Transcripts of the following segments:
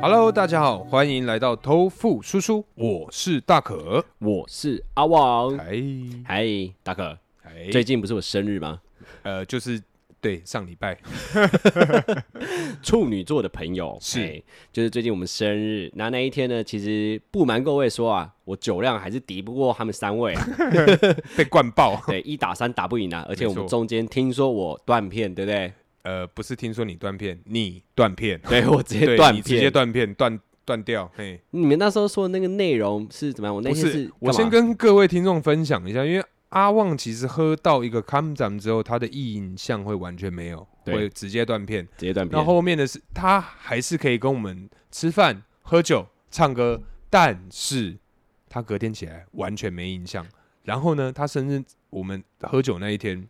Hello，大家好，欢迎来到偷富叔叔，我是大可。我是阿旺。哎嗨，大可，哎，最近不是我生日吗？呃，就是对上礼拜， 处女座的朋友是哎就是最近我们生日。那那一天呢，其实不瞒各位说啊，我酒量还是敌不过他们三位啊。 被灌爆。对，一打三打不赢啊，而且我没们错中间听说我断片，对 不对？呃，不是听说你断片，你断片，对我直接对断你片，直接断片，断断掉。嘿，你们那时候说的那个内容是怎么样？我那不天是是，我干先嘛跟各位听众分享一下，因为阿旺其实喝到一个 calm down 之后，他的印象会完全没有，对会直接断片。直接断片，那后面的是，他还是可以跟我们吃饭、喝酒、唱歌，但是他隔天起来完全没印象。然后呢，他生日我们喝酒那一天，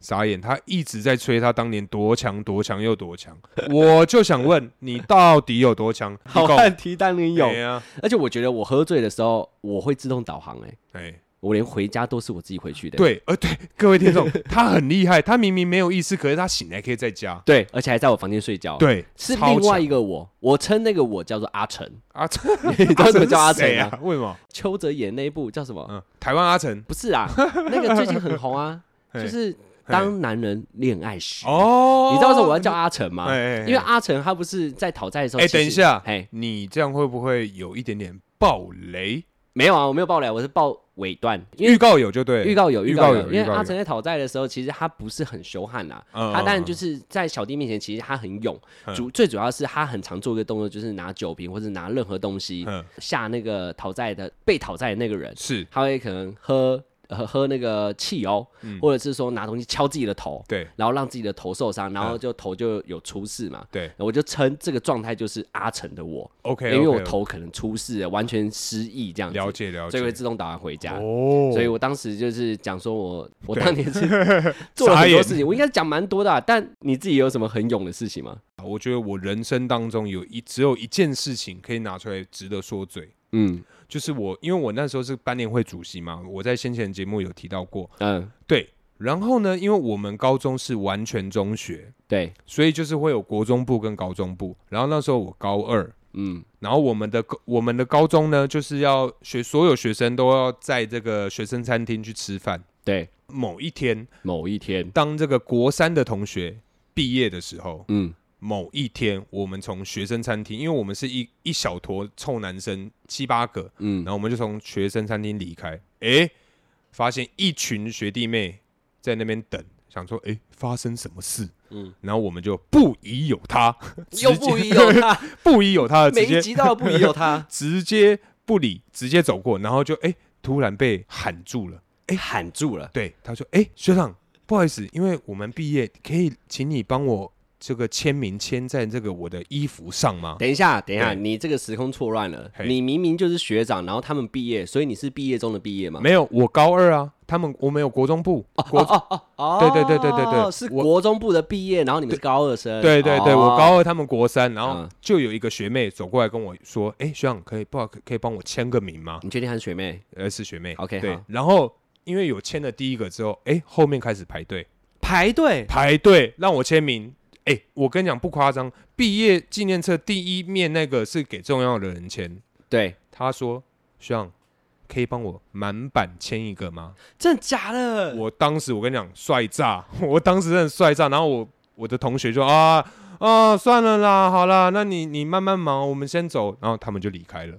傻眼，他一直在吹他当年多强、多 强又多强。我就想问你，到底有多强？好汉提当年勇有。呀，而且我觉得我喝醉的时候，我会自动导航、欸，哎，我连回家都是我自己回去的、对，呃，对，各位听众，他很厉害，他明明没有意思，可是他醒来可以在家。对，而且还在我房间睡觉。，对，哦是超另外强一个我，我称那个我叫做阿成，阿成， 你知道 怎么叫阿阿成谁吗？啊？为什么？邱泽演那一部叫什么？嗯，台湾阿成，不是啊，那个最近很红啊， 嘿就是嘿当男人恋爱时。哦，你知道为什么我要叫阿成吗？哎哎哎因为阿成他不是在讨债的时候，哎其实等一下哎，你这样会不会有一点点暴雷？没有啊，我没有爆雷，我是爆尾段，因为预告有就对，预告有预预告告有有，因为预告有阿成在讨债的时候，其实他不是很羞悍呐、嗯嗯他当然嗯就是在小弟面前，其实他很勇嗯，主最主要是他很常做一个动作，就是拿酒瓶或者拿任何东西嗯吓那个讨债的被讨债的那个人，是他会可能喝喝喝那个汽油，嗯或者是说拿东西敲自己的头，对然后让自己的头受伤，然后就头就有出事嘛。对我就称这个状态就是阿成的我， ，OK，因为我头可能出事了，完全失忆这样子，了解了所解以会自动导航回家。哦所以我当时就是讲说我我当年是做了很多事情，我应该讲蛮多的啊、但你自己有什么很勇的事情吗？我觉得我人生当中有一只有一件事情可以拿出来值得说嘴，嗯就是我因为我那时候是班联会主席嘛，我在先前节目有提到过，嗯，对。然后呢，因为我们高中是完全中学，对，所以就是会有国中部跟高中部。然后那时候我高二，嗯然后我们的高我们的高中呢，就是要学所有学生都要在这个学生餐厅去吃饭。对，某一天，某一天，当这个国三的同学毕业的时候，嗯某一天，我们从学生餐厅，因为我们是一一小坨臭男生七八个，嗯然，后我们就从学生餐厅离开，诶，发现一群学弟妹在那边等，想说，诶，发生什么事？嗯嗯，然后我们就不疑有他， 又不疑有他，不疑有他， 直每接，一集到了不疑有 他直接不理，直接走过，然后就哎、突然被喊住了。哎，喊住了，对，他说：“哎、学长，不好意思，因为我们毕业，可以请你帮我这个签名签在这个我的衣服上吗等一下，等一下，对你这个时空错乱了，嘿你明明就是学长，然后他们毕业，所以你是毕业中的毕业？”吗？没有，我高二啊，他们我们有国中部，国、哦对对对对对对是我国中部的毕业，然后你们是高二生，对对对，哦我高二，他们国三，然后嗯就有一个学妹走过来跟我说：“哎、学长，可以不好可可以帮我签个名吗你确定他是学妹？？”呃，是学妹 OK，对好，然后因为有签了第一个之后，哎、后面开始排队。排队排队让我签名。哎、我跟你讲不夸张，毕业纪念册第一面那个是给重要的人签。对，他说：“学长，可以帮我满版签一个吗真的假？”的？我当时我跟你讲帅炸， 我当时真的帅炸。然后我我的同学就啊啊算了啦，好啦，那你你慢慢忙，我们先走。然后他们就离开了。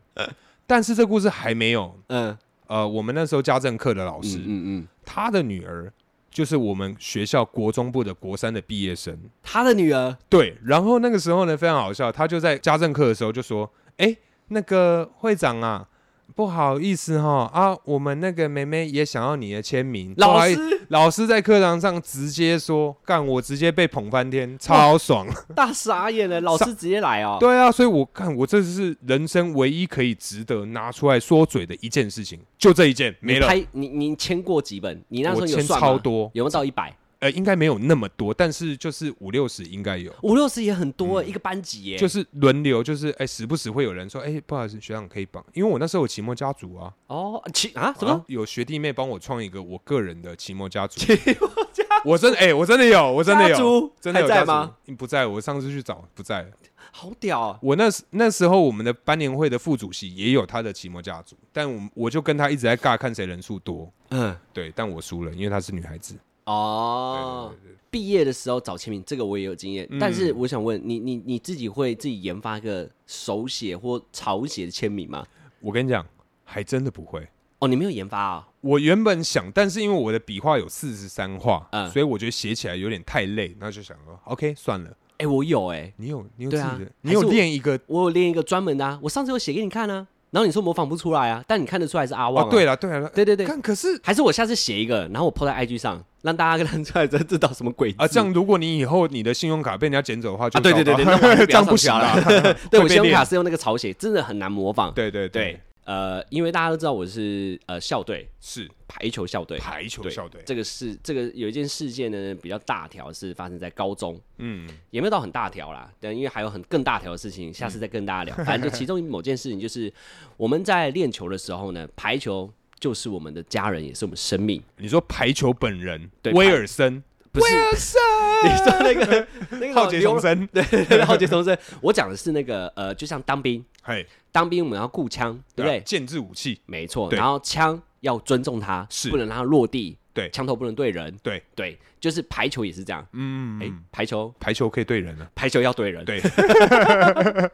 但是这故事还没有，嗯呃，我们那时候家政课的老师，嗯嗯嗯，他的女儿就是我们学校国中部的国三的毕业生。他的女儿对，然后那个时候呢，非常好笑，他就在家政课的时候就说：“哎，那个会长啊，不好意思哈、啊，我们那个妹妹也想要你的签名。”不老好意思，师老师在课堂上直接说：“干，我直接被捧翻天，超爽。。大傻眼了，老师直接来哦对啊，所以我看我这是人生唯一可以值得拿出来说嘴的一件事情，就这一件没你了。拍你你签过几本？你那时候我有签算吗超多有没有到一百？呃，应该没有那么多，但是就是五六十应该有。五六十也很多欸，一个班级耶。嗯就是轮流，就是哎、时不时会有人说，哎、不好意思，学长可以帮，因为我那时候有期末家族啊，哦，七啊什啊么？有学弟妹帮我创一个我个人的期末家族，期末家，我真哎、我真的有，我真的家有族，真的有还在家族吗？嗯不在，我上次去找不在，好屌啊！我那时那时候我们的班年会的副主席也有他的奇摩家族，但我我就跟他一直在尬，看谁人数多。嗯，对，但我输了，因为她是女孩子。哦，对对对毕业的时候找签名，这个我也有经验。嗯但是我想问你，你你自己会自己研发一个手写或草写的签名吗？我跟你讲，还真的不会。哦，你没有研发啊？我原本想，但是因为我的笔画有四十三画，嗯所以我觉得写起来有点太累，那就想说，OK，算了。哎、我有哎、你有你有自对己的，啊你有还是我练一个哦我有练一个专门的啊，我上次有写给你看啊，然后你说模仿不出来啊，但你看得出来是阿旺、哦，对了对了，对对对，看可是还是我下次写一个，然后我 po 在 IG 上，让大家看出来这知道什么鬼啊，字这样如果你以后你的信用卡被人家捡走的话，就啊，对对对 对，糟那糕我就 这样不行想啦。 了。对我会被信用卡练是用那个草写，真的很难模仿。对对对，，呃，因为大家都知道我是呃校队是排球校队，排球对校队，这个是这个有一件事件呢比较大条，是发生在高中，嗯，也没有到很大条啦，但因为还有很更大条的事情，下嗯次再跟大家聊。 反正就其中某件事情就是我们在练球的时候呢，排球就是我们的家人，也是我们生命。你说排球本人对威尔森，不是尔森， 你说 那个那个浩劫重流生，对对 对，浩劫重生。我讲的是那个呃，就像当兵，嘿，当兵我们要顾枪，对不啊对？建制武器，没错，对然后枪要尊重它，是不能让它落地，对枪头不能对人，对对，就是排球也是这样，嗯，哎、排球排球可以对人啊，排球要对人。 对， 反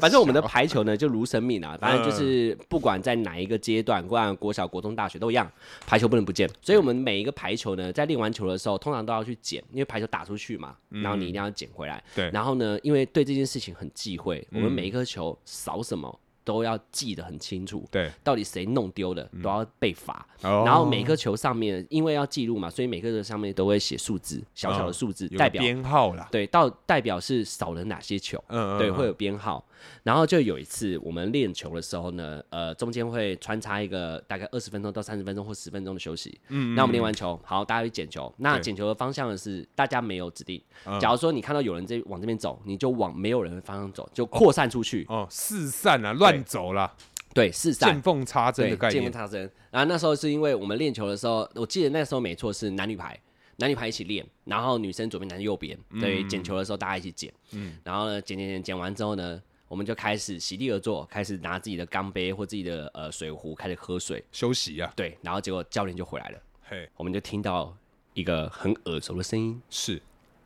反正我们的排球呢，就如生命嗯啊，反正就是不管在哪一个阶段，不管国小、国中、大学都一样，排球不能不见。所以我们每一个排球呢，在练完球的时候，通常都要去捡，因为排球打出去嘛，然后你一定要捡回来。嗯对然后呢，因为对这件事情很忌讳，我们每一颗球扫什么都要记得很清楚，对，哦到底谁弄丢的嗯都要被罚。然然后每颗球上面，因为要记录嘛，所以每颗球上面都会写数字，小小的数字、代表哦编号啦，对，到代表是少了哪些球，嗯，嗯对，会嗯有编号。然后就有一次我们练球的时候呢，呃，中间会穿插一个大概二十分钟到三十分钟或十分钟的休息。嗯，那我们练完球，好，大家去捡球。那对捡球的方向呢是大家没有指定嗯。假如说你看到有人这往这边走，你就往没有人的方向走，就扩散出去，哦，四散啊，乱走啦，对，四散见。缝插针对，的概见缝念，插针。然后那时候是因为我们练球的时候，我记得那时候没错是男女排，男女排一起练，然后女生左边，男生右边。嗯对，捡球的时候大家一起捡。嗯，然后呢，捡捡捡捡完之后呢，我们就开始席地而坐，开始拿自己的钢杯或自己的呃水壶开始喝水。休息啊，对，然后结果教练就回来了，嘿，我们就听到一个很耳熟的声音，是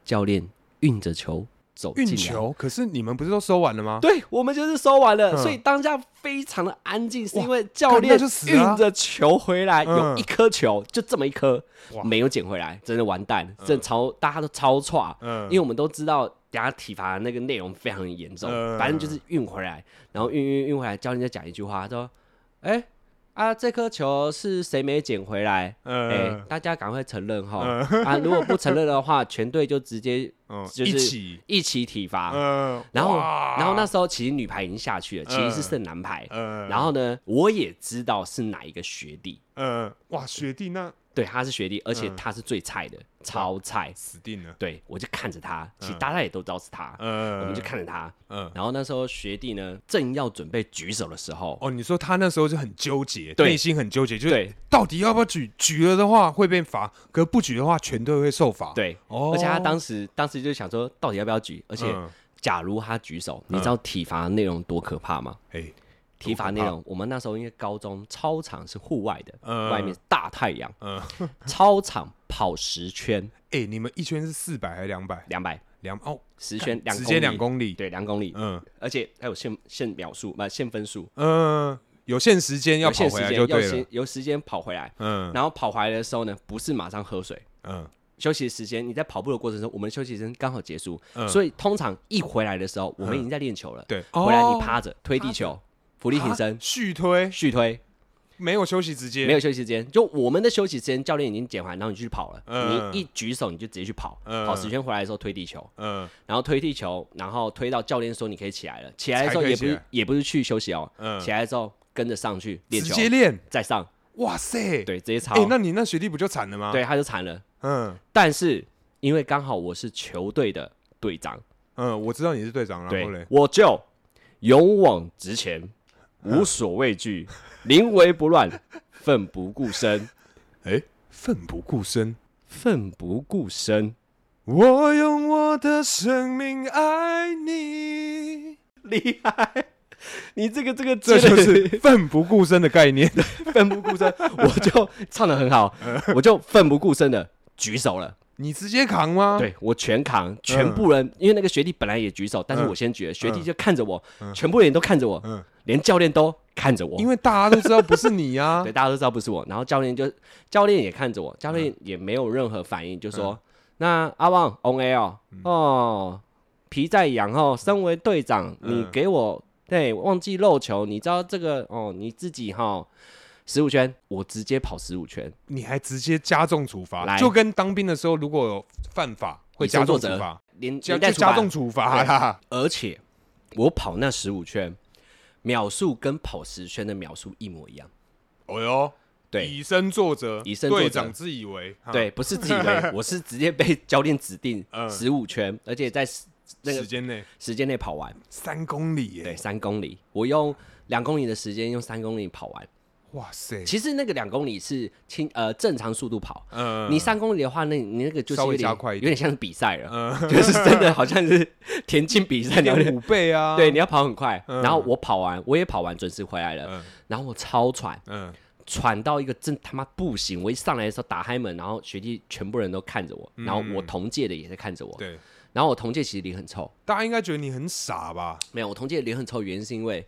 教练运着球走进运来。球，可是你们不是都收完了吗？ 对，我们就是收完了，嗯所以当下非常的安静，是哇因为教练干那就死了啊运着球回来，有嗯一颗球，就这么一颗哇没有捡回来，真的完蛋，真的超大家都超差，嗯因为我们都知道等下体罚那个内容非常严重，嗯反正就是运回来，然后运运运回来，教练就讲一句话，他说：“哎、啊，这颗球是谁没捡回来？”哎、呃，大家赶快承 认哈！啊，如果不承认的话，全队就直接嗯就是一起，一起体罚。嗯，然后，哇嗯然后那时候其实女排已经下去了，其实是剩男排。呃，然后呢，我也知道是哪一个学弟，呃，哇，学弟那对，他是学弟，而且嗯他是最菜的，超菜。死定了，对，我就看着他，其实嗯大家也都知道是他，呃，我们就看着他。嗯，然后那时候学弟呢，正要准备举手的时候，哦，你说他那时候就很纠结，对内心很纠结，就是对到底要不要举，举了的话会被罚，可不举的话全队会受罚。，对，哦，而且他当时当时就想说，到底要不要举？而且嗯假如他举手，你知道体罚的内容多可怕吗？哎，体罚内多可怕容，我们那时候因为高中操场是户外的，嗯外面是大太阳，嗯，操场跑十圈，哎，你们一圈是四百还是两百？两百两哦，十圈两直接两公公里，里。对，两公里，嗯而且还有限限秒数，不限分数，嗯，有限时间要有跑限回时来间就要对了先。有时间跑回来，嗯然后跑回来的时候呢，不是马上喝水。嗯，休息时间，你在跑步的过程中，我们休息时间刚好结束，嗯所以通常一回来的时候，我们已经在练球了。对，回来你哦趴着推地球、浮力挺身啊、续推，续推，没有休息时间，没有休息时间。就我们的休息时间，教练已经减完，然后你去跑了。嗯你一举手你就直接去跑，嗯跑十圈回来的时候推地球，嗯然后推地球，然后推到教练说你可以起来了。起来的时候才可以也不起是来也不是去休息哦，嗯起来之后跟着上去练直球，接练，再上，哇塞，，对，直接超。哎，那你那学弟不就惨了吗？对，，他就惨了。嗯但是因为刚好我是球队的队长，嗯，我知道你是队长，然后对嘞，，我就勇往直前，无所 畏惧，临危不乱，奋不顾身，哎，奋不顾身，奋不顾身。我用我的生命爱你，厉害！你这个这个这真就的是奋不顾身的概念。 奋不 顾身，我就唱的很好，我就奋不顾身的举手了。你直接扛吗？，对我全扛，全部人，因为那个学弟本来也举手，但是嗯我先举了，学弟就看着我，全部人都看着我，嗯连教练都看着我，因为大家都知道不是你啊 对，。大家都知道不是我。然后教练就教练也看着我，嗯教练也没有任何反应，就说：“那阿旺 on air 哦，嗯哦皮在痒哦，身为队长，嗯你给我、对忘记漏球，你知道这个哦，你自己哈十五圈，我直接跑十五圈，你还直接加重处罚，来就跟当兵的时候如果有犯法会以身加重作处则罚，连加就连带处罚加重处罚啦。而且我跑那十五圈秒数跟跑十圈的秒数一模一样，哦哟，对以身作则，以身作则队长自以为，哈，对，不是自 己为，我是直接被教练指定啊嗯十五圈，而且在时那时个间内时间内跑完，三公里耶，对，三公里，我用两公里的时间用三公里跑完。哇 塞，其实那个两公里是轻呃正常速度跑，嗯你三公里的话，那你那个就是稍微有点加快一有点嗯点像是比赛了，就是真的好像是田径比 赛，你要点五倍啊， 对，你要跑很快。嗯然后我跑完，我也跑完，准时回来了嗯。然后我超喘，嗯，喘到一个真他妈不行！我一上来的时候打开门，然后学弟全部人都看着我，然后我同届的也在看着我。对，然后我同届其实脸很臭，大家应该觉得你很傻吧？没有，我同届脸很臭，原因是因为，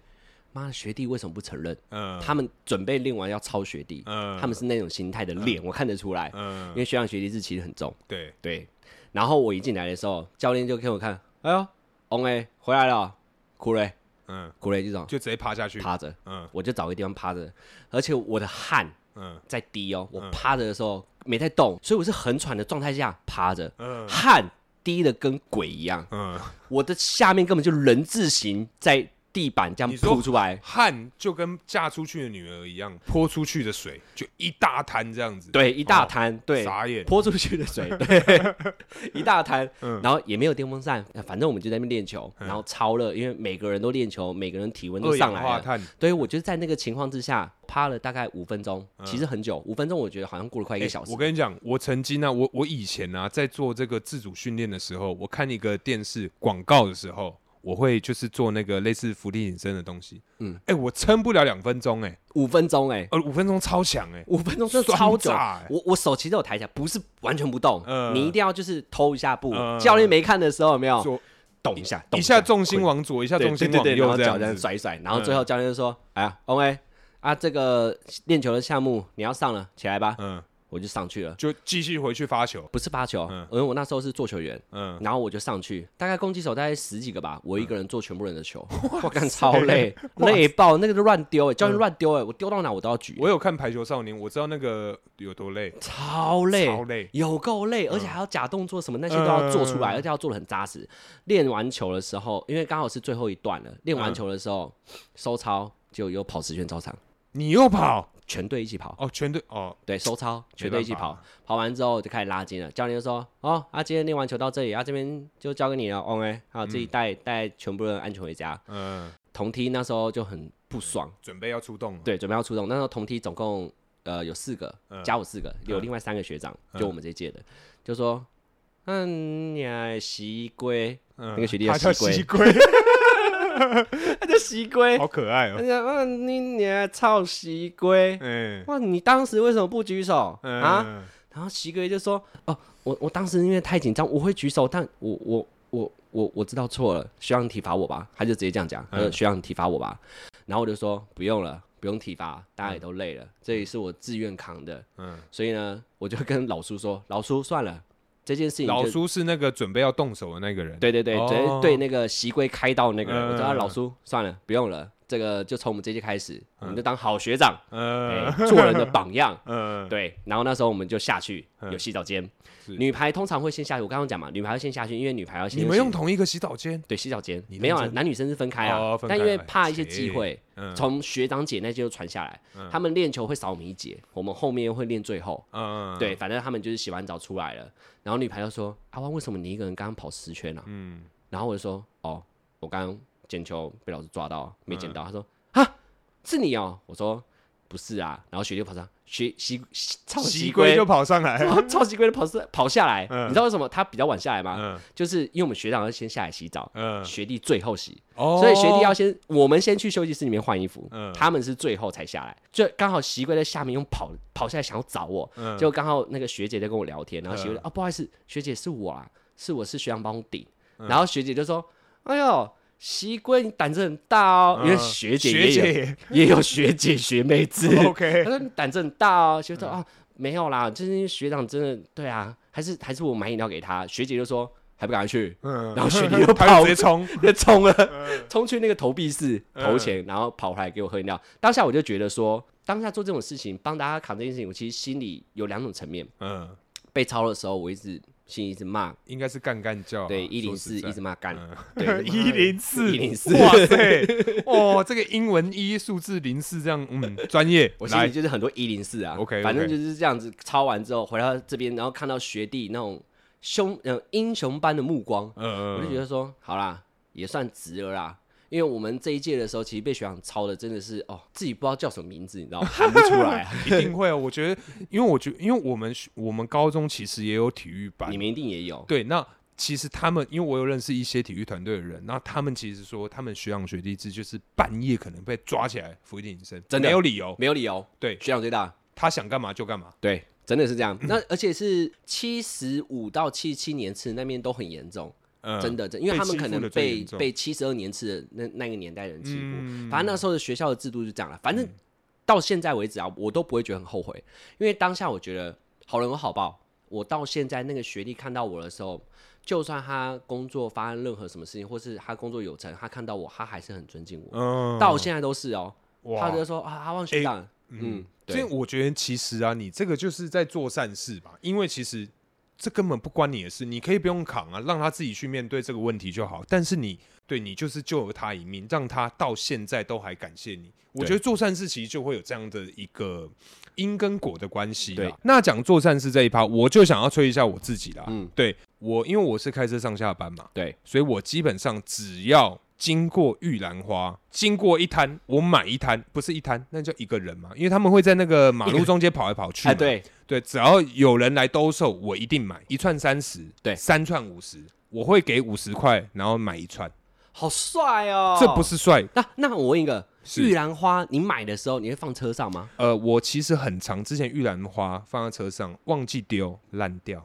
妈的，学弟为什么不承认？嗯他们准备练完要抄学弟，嗯他们是那种形态的练，我看得出来，因嗯，为学长学弟制其实很重。对，对，然后我一进来的时候，教练就给我看，哎呦，On A 回来了，苦瑞嗯，苦瑞这种就直接趴下去，趴着，嗯我就找个地方趴着，而且我的汗嗯在滴哦，我趴着的时候没在动，所以我是很喘的状态下趴着，嗯汗滴的跟鬼一样，嗯，我的下面根本就人字形在地板这样你说铺出来，汗就跟嫁出去的女儿一样，泼出去的水就一大滩这样子，对，一大滩，对，哦傻眼，嗯泼出去的 水，对， 一大滩，然后也没有电风扇，呃反正我们就在那边练球，然后超热，因为每个人都练球，每个人体温都二上氧来啊化了。碳，对，我就在那个情况之下趴了大概五分钟，其实很久，五分钟我觉得好像过了快一个欸小时嗯我。跟你讲，我曾经啊，我我以前啊，在做这个自主训练的时候，我看一个电视广告的时候，我会就是做那个类似伏地挺身的东西。嗯，哎、我撑不了两分钟、哎，五分钟哎，呃，五分钟超强、哎，五分钟真的超久 酸炸欸。我我手其实有抬起来，不是完全不动嗯，你一定要就是偷一下步嗯。教练没看的时候有没有？左动一下，动一下重心往左，一下对重心对往对对，然右后这脚这样样子。甩一甩，然后嗯最后教练就说：“哎呀，O A 啊，这个练球的项目你要上了，起来吧。嗯，”我就上去了，就继续回去发球。不是发球，嗯因为我那时候是做球员，嗯，然后我就上去，大概攻击手大概十几个吧，我一个人做全部人的球，嗯我干超累，累爆，那个就乱丢哎，教练乱丢哎，我丢到哪我都要举欸，我有看《排球少年》，我知道那个有多累，超累，超累。有够累，而且还要假动作什么那些都要做出来，嗯而且要做的很扎实。练完球的时候，因为刚好是最后一段了，练嗯完球的时候、收操，就又跑十圈操场，你又跑全队一起跑。哦，全队哦，对，收操，全队一起没办跑法。跑完之后就开始拉筋了。教练就说：“哦，啊，今天练完球到这里，啊，这边就交给你了，on 哎，好，自己带带全部人安全回家。嗯，”同梯那时候就很不爽，准备要出动了。对，准备要出动。那时候同梯总共呃有四个，加我四个，有另外三个学长，就我们这一届的，就说：“嗯，你爱西龟，嗯，那个学弟叫他叫西西龟，他叫西 龟，好可爱他哦。讲嗯，你你爱操西龟，嗯哇，你当时为什么不举手啊？”嗯，然后奇哥就说：“哦，我我当时因为太紧张，我会举手，但我我我我我知道错了，学长体罚我吧。”他就直接这样讲，呃嗯他说：“学长体罚我吧。然后我就说：“不用了，不用体罚，大家也都累了，这也是我自愿扛的。”嗯嗯，所以呢，我就跟老叔说：“老叔，算了，这件事情就老叔是那个准备要动手的那个人。对对对，哦直接对那个习龟开刀那个人，嗯我说啊，老叔，算了，不用了，这个就从我们这届开始，我嗯们就当好学长，呃，哎，做人的榜样。”嗯，对，然后那时候我们就下去有洗澡间，是女排通常会先下去。我刚刚讲嘛，女排要先下去，因为女排要先你们用洗同一个洗澡间，对洗澡间你认没有啊真，男女生是分开哦啊，分但开因为来怕一些切忌讳，嗯从学长姐那些就传下来，他们练球会少我们一节，我们后面会练最后。嗯，对，反正他们就是洗完澡出来了，然后女排就说：“阿汪，为什么你一个人刚刚跑十圈啊？”嗯，然后我就说：“哦，嗯我刚刚捡球被老师抓到，没捡到。他说：“啊，是你哦。”我说：“不是啊，然后雪莉就跑上，雪西西超西西龟龟就跑上来， 然后超级龟的跑是跑下来，哎嗯你知道为什么他比较晚下来吗？嗯就是因为我们学长要先下来洗澡，嗯，学弟最后洗，哦所以学弟要先，我们先去休息室里面换衣服，嗯他们是最后才下来，就刚好习龟在下面用跑跑下来想要找我，嗯结果刚好那个学姐在跟我聊天，然后习龟嗯说哦不好意思，学姐是我啊，是我是学长帮我顶，嗯然后学姐就说，哎呦。习龟，你胆子很大哦，因为嗯学姐学也有姐哦也有学姐学妹 制， OK 他说你胆子很大哦，学嗯长啊没有啦，就是因为学长真的对啊，还是还是我买饮料给他，学姐就说还不赶快去，嗯然后雪莉又 他就跑直接冲， 就冲了，嗯 冲去那个投币室嗯投钱，然后跑回来给我喝饮料。当下我就觉得说，当下做这种事情，帮大家扛这件事情，我其实心里有两种层面，嗯，被抄的时候我一直心里一直骂，应该是干干叫啊，对说一零四实在一直骂干，嗯 一零四104哇 塞，哦，这个英文一数字零四这样， 嗯，专业，我心里来，就是很多一零四啊 OK，OK 反正就是这样子抄完之后回到这边，然后看到学弟那种凶呃英雄般的目光，我就觉嗯，得说好啦，也算值了啦。因为我们这一届的时候，其实被学长抄的真的是哦，自己不知道叫什么名字，你知道 吗？喊不出来啊、一定会啊，我觉得，因为我觉得，因为我们我们高中其实也有体育班你，们一定也有，对，那其实他们，因为我有认识一些体育团队的人，那他们其实说，他们学长学弟制就是半夜可能被抓起来服一定隐身，真的没有理由，没有理由。对学长最大，他想干嘛就干嘛。对，真的是这样。 那而且是七十五到七七年次那边都很严重，嗯，真的，真，因为被他们欺可负能的最被严重被七十二年次的那那个年代的人欺负，嗯反正那时候的学校的制度就这样了。反正到现在为止啊，我都不会觉得很后悔，因为当下我觉得好人有好报。我到现在那个学历看到我的时候，就算他工作发生任何什么事情，或是他工作有成，他看到我，他还是很尊敬我。嗯，到现在都是哦，他哇，就说啊，阿旺学长，嗯，所以对，我觉得其实啊，你这个就是在做善事吧，因为其实这根本不关你的事，你可以不用扛啊，让他自己去面对这个问题就好。但是你对你就是救了他一命，让他到现在都还感谢你。我觉得做善事其实就会有这样的一个因跟果的关系啦。对那讲做善事这一趴，我就想要吹一下我自己啦。嗯对我，因为我是开车上下班嘛，对，所以我基本上只要经过玉兰花，经过一摊，我买一摊，不是一摊，那叫一个人嘛，因为他们会在那个马路中间跑来跑去嘛。哎，对，对，只要有人来兜售，我一定买一串三十，对三串五十，我会给五十块，然后买一串。好帅哦，这不是帅，那那我问一个，是玉兰花你买的时候你会放车上吗？呃，我其实很长，之前玉兰花放在车上忘记丢，烂掉。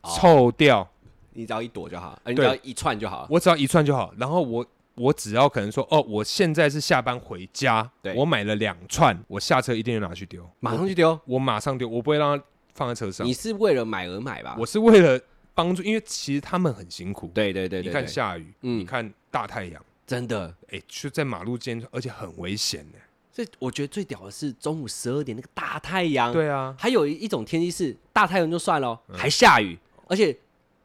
哦臭掉，你只要一朵就好，呃你只对要一串就好。我只要一串就好。然后我我只要可能说，哦，我现在是下班回家对，我买了两串，我下车一定要拿去丢。马上去丢。我马上丢，我不会让它放在车上你。是为了买而买吧？我是为了帮助，因为其实他们很辛苦。对对对你对，看对下雨，嗯你看大太阳，真的，哎、就在马路间，而且很危险呢、所以我觉得最屌的是中午十二点那个大太阳。，对啊，还有一种天气是大太阳就算了，哦还下雨，而且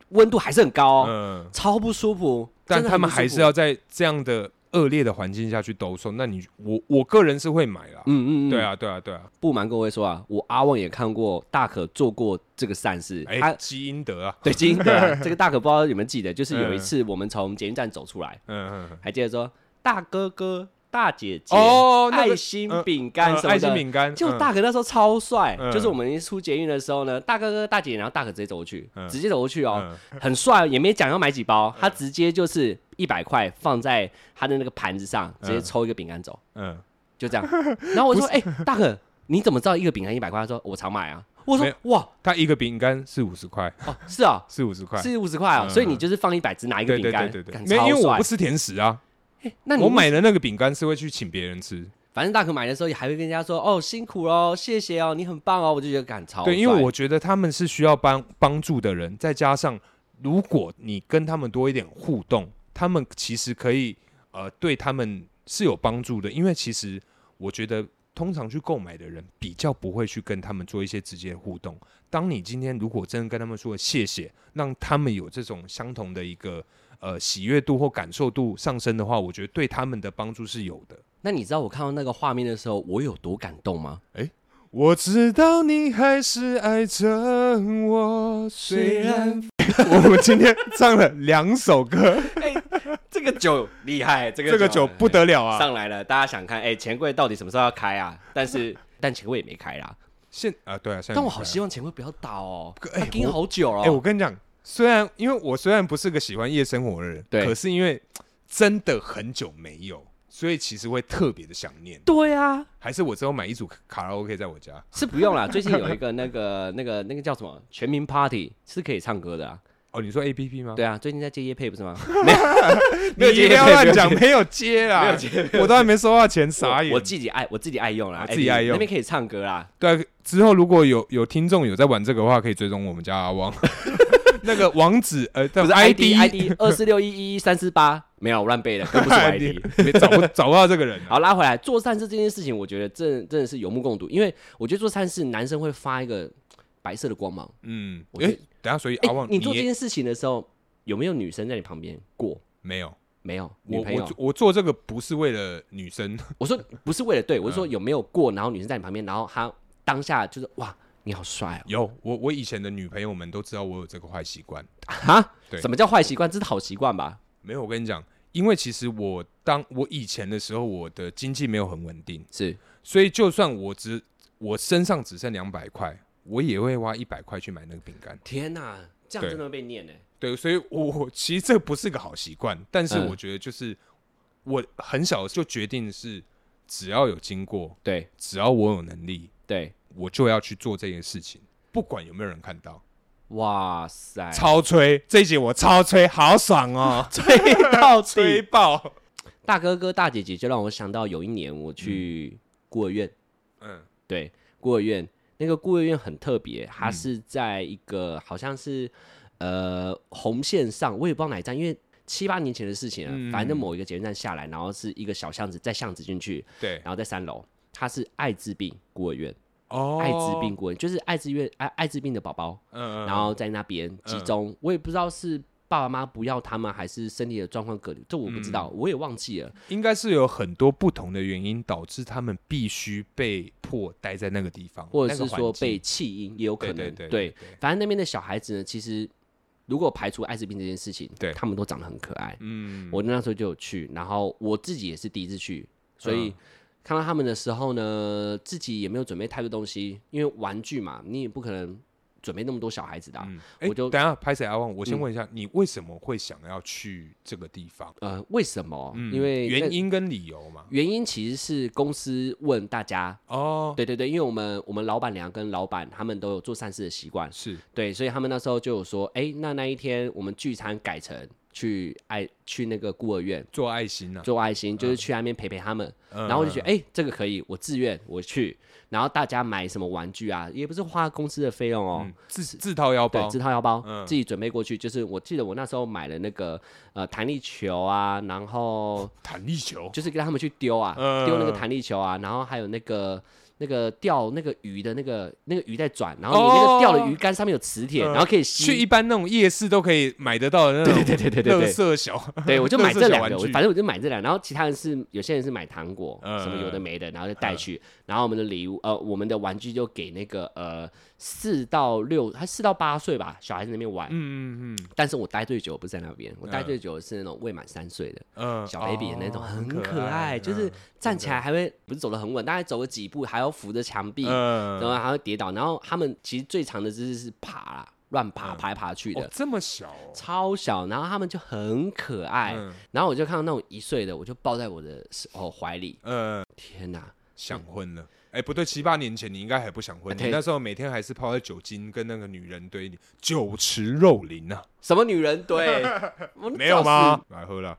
温度还是很高哦，嗯，超不舒服。但真的他很不们还舒是服要在这样的恶劣的环境下去兜售。那你我我个人是会买啦。嗯嗯嗯，对。啊，对啊，对啊，不瞒各位说啊，我阿旺也看过大可做过这个善事，哎、他基因德啊，对金德 啊这个大可不知道你们记得，就是有一次我们从捷运站走出来，嗯嗯嗯，还接着说大哥哥、大姐姐、哦那个爱心饼嗯干什么的。爱心饼干，就嗯大可那时候超帅，嗯就是我们一出捷运的时候呢，大哥哥、大姐姐，然后大可直接走过去，嗯直接走过去哦，嗯很帅，也没讲要买几包，他直接就是一百块放在他的那个盘子上，直接抽一个饼干走，嗯，就 这样。然后我说：“哎、大可，你怎么知道一个饼干一百块？”他说：“我常买啊。”我说没：“哇，他一个饼干是五十块，哦，是啊、是五十块，是五十块啊，嗯所以你就是放一百，只拿一个对饼对干，对对对，干没有，因为我超不帅。吃甜食啊，那你我买的那个饼干是会去请别人吃，反正大可买的时候也还会跟人家说哦辛苦喽，谢谢哦，你很棒哦，我就觉得感超对，因为帅我觉得他们是需要帮帮助的人，再加上如果你跟他们多一点互动，他们其实可以呃对他们是有帮助的，因为其实我觉得通常去购买的人比较不会去跟他们做一些直接的互动。当你今天如果真的跟他们说谢谢，让他们有这种相同的一个呃喜悦度或感受度上升的话，我觉得对他们的帮助是有的。那你知道我看到那个画面的时候，我有多感动吗？我知道你还是爱着我，虽然 我们今天唱了两首歌，这个酒厉害，这这个酒不得了啊！ 上来了，大家想看？哎，钱柜到底什么时候要开啊？但是但钱柜也没开啦。现啊，对啊，现在但我没好开希望钱柜不要倒哦，可它哎盯我好久了哎、哦。我跟你讲，虽然因为我虽然不是个喜欢夜生活的人，对可是因为真的很久没有，所以其实会特别的想念。对啊，还是我之后买一组卡拉 OK 在我家，是 不用啦。最近有一个那个那个那个叫什么全民 Party 是可以唱歌的啊。哦，你说 A P P 吗？对啊，最近在接夜配不是吗？你没有接一定要乱讲，没 没有接啦，没有接，我都还没收到钱，傻眼。我自己爱我自己爱用啦啊，自己爱用那边可以唱歌啦。对啊，之后如果有有听众有在玩这个的话，可以追踪我们家阿 汪，那个网址呃，不叫是 ID ID 二四六一一三四八，没有我乱背的，更不 是我 ID。没找 不找不到这个人啊，好，拉回来做善事这件事情，我觉得真真的是有目共睹，因为我觉得做善事，男生会发一个白色的光芒。嗯，我哎、觉得等一下，所以哎、阿旺、你做这哦也件事情的时候，有没有女生在你旁边过？没有？没有，女我朋友我。做我做这个不是为了女生， 我说不是为了对，我是嗯说有没有过，然后女生在你旁边，然后她当下就是哇，你 好帅哦，有我我以前的女朋友们都知道我有这个坏习惯，哈对，什么叫坏习惯？这是好习惯吧？没有我跟你讲，因为其实我当我以前的时候，我的经济没有很稳定，是所以就算我只我身上只剩两百块，我也会花一百块去买那个饼干。天哪，这样对真的会被念呢。对，所以我我其实这不是个好习惯，但是嗯我觉得就是、我很小就决定是，只要有经过，对只要我有能力，对，我就要去做这件事情，不管有没有人看到。哇塞，，超吹这一集我超吹，好爽哦 吹到吹底，爆！ 大哥哥大姐姐就让我想到有一年我去孤儿院， 嗯对孤儿院那个孤儿院很特别，嗯它是在一个好像是呃红线上，我也不知道哪一站，因为。七八年前的事情了，嗯反正某一个捷运站下来，然后是一个小巷子，在巷子进去，对，然后在三楼，它是艾滋病孤儿院，哦艾滋病，孤儿院就是艾滋院艾艾滋病的宝宝，嗯，然后在那边集中，我也不知道是爸爸妈妈不要他们，还是身体的状况隔离，这我不知道，嗯我也忘记了。应该是有很多不同的原因导致他们必须被迫待在那个地方，或者是那个环说境被弃婴也有可能。对对对对对反正那边的小孩子呢，其实如果排除艾滋病这件事情，对他们都长得很可爱。嗯我那时候就有去，然后我自己也是第一次去，所以嗯看到他们的时候呢，自己也没有准备太多东西，因为玩具嘛，你也不可能准备那么多小孩子的啊、嗯，哎我就等一下拍谁阿旺，我先问一下，你为什么会想要去这个地方？呃，为什么？嗯因为那原因跟理由嘛。原因其实是公司问大家，哦，对对对，因为我们我们老板娘跟老板他们都有做善事的习惯，是对，所以他们那时候就有说，哎，那那一天我们聚餐改成去爱去那个孤儿院做爱心啊呐，做爱心，就是去那边陪陪他们。嗯然后我就觉得，哎，这个可以，我自愿我去。然后大家买什么玩具啊，也不是花公司的费用哦。嗯自自掏腰对，包自，掏腰包，嗯自己准备过去。就是我记得我那时候买了那个呃弹力球啊，然后弹力球，就是让他们去丢啊，嗯丢那个弹力球啊，然后还有那个那个钓那个鱼的那个那个鱼在转，然后你那哦个钓的鱼竿上面有磁铁，嗯然后可以去一吸。般那种夜市都可以买得到的那 对种对对对对乐对对，色 小，对我就买垃圾这小两玩个，我具反正我就买这两个，然后其他人是有些人是买糖果，嗯什么有的没的，然后就带去，然后我们的礼物呃我们的玩具就给那个呃四到六还四到八岁吧小孩子那边玩，嗯嗯嗯但是我待最久不是在那边，我待嗯最久的是那种未满三岁的，嗯，小 baby 的那种，哦很可爱，嗯就是站起来还会不是走得很稳，大概走个几步还要扶着墙壁，然嗯，后还会跌倒。然后他们其实最长的姿势是爬啦，乱爬，嗯爬来爬去哦的，，这么小哦，超小。然后他们就很可爱。嗯然后我就看到那种一岁的，我就抱在我的手哦怀里，嗯，天哪！想婚了。哎，不对，七八年前你应该还不想婚，啊你对那时候每天还是泡在酒精跟那个女人堆里，酒池肉林啊，什么女 人对，我没有造死吗？来喝了，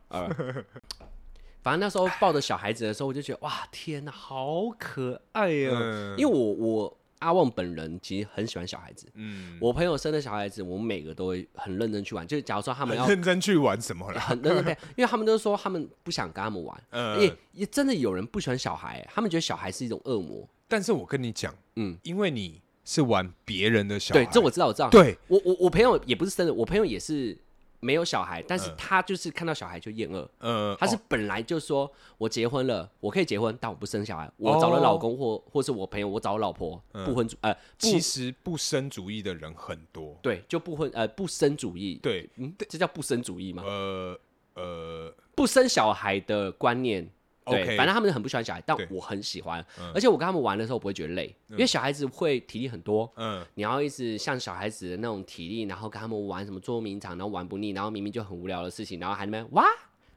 反正那时候抱着小孩子的时候，我就觉得哇，天哪，好可爱呀、嗯因为我我阿旺本人其实很喜欢小孩子，嗯，我朋友生的小孩子，我们每个都会很认真去玩。就是假如说他 们要很认真去玩什么了？很认真对，因为他们都说他们不想跟他们玩。嗯也也真的有人不喜欢小孩，他们觉得小孩是一种恶魔。但是我跟你讲，嗯，因为你是玩别人的小孩，对，这我知道，我知道。对我我我朋友也不是生的，我朋友也是没有小孩，但是他就是看到小孩就厌恶。呃，他是嗯哦本来就说，我结婚了，我可以结婚，但我不生小孩。我哦找了老公或或是我朋友，我找了老婆，不婚主呃不嗯其实不生主义的人很多，对就不婚呃不生主义。，对，呃嗯，这叫不生主义吗？呃呃，不生小孩的观念对 OK，反正他们很不喜欢小孩，但对我很喜欢，嗯而且我跟他们玩的时候不会觉得累，因为小孩子会体力很多，嗯你要一直像小孩子的那种体力，然后跟他们玩什么捉迷藏，然后玩不腻，然后明明就很无聊的事情，然后还在那边哇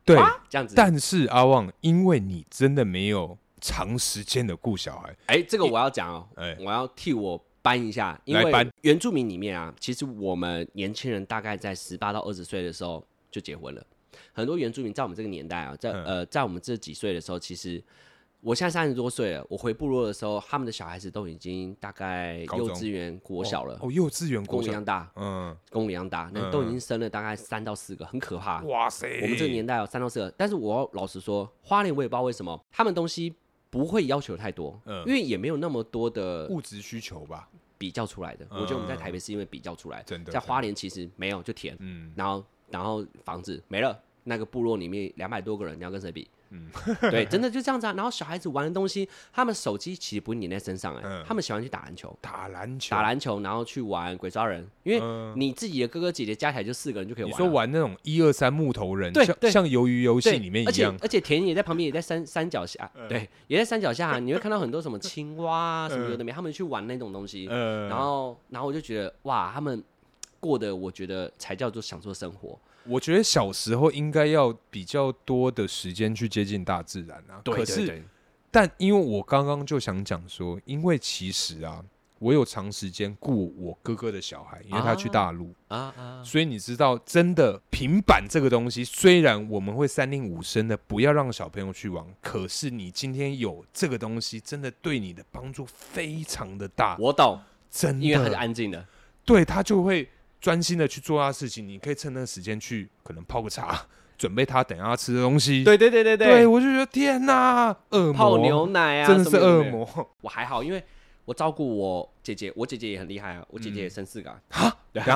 对。哇这样子。啊但是阿旺，因为你真的没有长时间的顾小孩，哎、这个我要讲哦、哎我要替我搬一下，因来搬为原住民里面啊，其实我们年轻人大概在十八到二十岁的时候就结婚了。很多原住民在我们这个年代啊，在、嗯呃，在我们这几岁的时候，其实我现在三十多岁了，我回部落的时候，他们的小孩子都已经大概高幼中稚园、国小了，哦，幼稚园、跟国我一小，样大，嗯，跟我一样大，那嗯都已经生了大概三到四个，很可怕。哇塞，啊我们这个年代有三到四个，但是我要老实说，花莲我也不知道为什么他们东西不会要求太多，嗯因为也没有那么多的物质需求吧，比较出来的。我觉得我们在台北是因为比较出来，真的在花莲其实没有就甜，嗯，然后然后房子没了，那个部落里面两百多个人，你要跟谁比？嗯，对，真的就这样子啊。然后小孩子玩的东西，他们手机其实不是粘在身上哎、嗯他们喜欢去打篮球。打篮球，嗯打篮球，然后去玩鬼抓人，因为你自己的哥哥姐姐加起来就四个人就可以你玩、啊。说玩那种一二三木头人，对像对像鱿鱼游戏对里面而一且样，嗯而且田野在旁边，也在山山脚下，对，也在山 脚下，你会看到很多什么青蛙啊，什么有的没，他们去玩那种东西，呃，然后然后我就觉得哇，他们过的我觉得才叫做享受生活，我觉得小时候应该要比较多的时间去接近大自然啊。对可对是，对但因为我刚刚就想讲说，因为其实啊，我有长时间顾我哥哥的小孩，因为他去大陆，啊啊，所以你知道，真的平板这个东西，虽然我们会三令五申的不要让小朋友去玩，可是你今天有这个东西，真的对你的帮助非常的大，我懂，真的，因为他是安静的，对他就会专心的去做他的事情。你可以趁那个时间去，可能泡个 茶，准备他等一下吃的东西。对对对对对，我就觉得天哪，恶魔，泡牛奶啊，真的是什么有恶的没有，魔。我还好，因为我照顾我姐姐，我姐姐也很厉害啊，我姐姐嗯也生四个啊，啊，真的假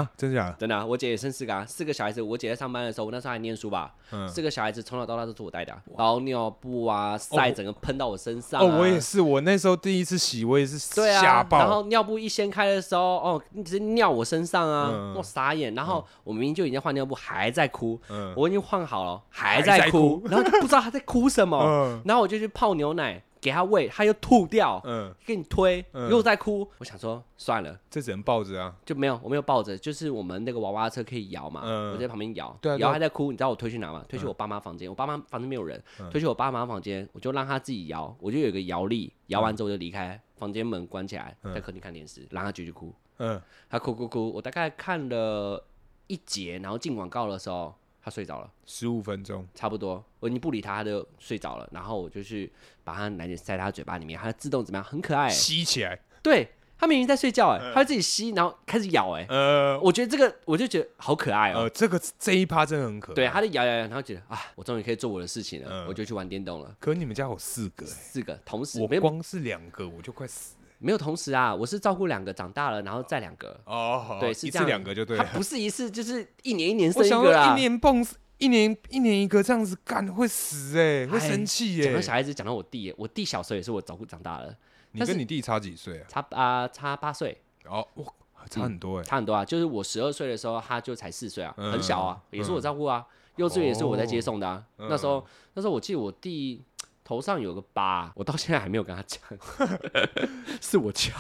的？真的啊，我姐也生四个啊，四个小孩子，我姐在上班的时候，我那时候还念书吧，嗯哦四个小孩子从小到大都是我带的啊、老尿布啊，晒整个喷到我身上、啊哦，我也是，我那时候第一次洗，我也是对吓啊，然爆。后尿布一掀开的时候，哦，你直接尿我身上啊，嗯我傻眼。然后我明明就已经换尿布，还在哭，嗯我已经换好了，还还在在哭，然后就不知道他在哭什么，嗯然后我就去泡牛奶给他喂，他又吐掉，嗯，给你推，嗯又在哭。我想说算了。这只能抱着啊。就没有，我没有抱着，就是我们那个娃娃车可以摇嘛，嗯我在旁边摇，对啊对啊嗯摇还在哭，你知道我推去哪吗？推去我爸妈房间，我爸妈房间没有人，推去我爸妈房间，我就让他自己摇，我就有一个摇力，摇完之后我就离开、房间门关起来，在客厅看电视，让他继续哭，嗯，他哭哭哭，我大概看了一节，然后进广告的时候他睡着了。十五分钟。差不多，我你不理他，他就睡着了。然后我就去把他奶嘴塞他嘴巴里面，他自动怎么样？很可爱、吸起来，对他明明在睡觉、哎、嗯他会自己吸，然后开始咬、哎、呃我觉得这个，我就觉得好可爱哦、呃，这个这一趴真的很可爱。对，，他就摇摇摇，然后觉得啊，我终于可以做我的事情了，嗯我就去玩电动了。可你们家有四个欸，四个同时我没有光是两个我就快死了。没有同时啊，我是照顾两个长大了，然后再两个，哦，好对，一是这次样两个就 对他了。不是一次，就是一年一年我生想个啊要啦。一年蹦死一年一年一个这样子干会死哎、会生气讲耶、到小孩子，讲到我弟耶，我弟小时候也是我照顾长大了，你但是跟你弟差几岁啊？差啊、差八岁，哦，哇，差很多哎、差很多啊。就是我十二岁的时候，他就才四岁啊，嗯很小啊，也是我照顾啊。幼稚园也是我在接送的啊。哦那时候那时候我记得我弟头上有个疤，我到现在还没有跟他 讲，是我敲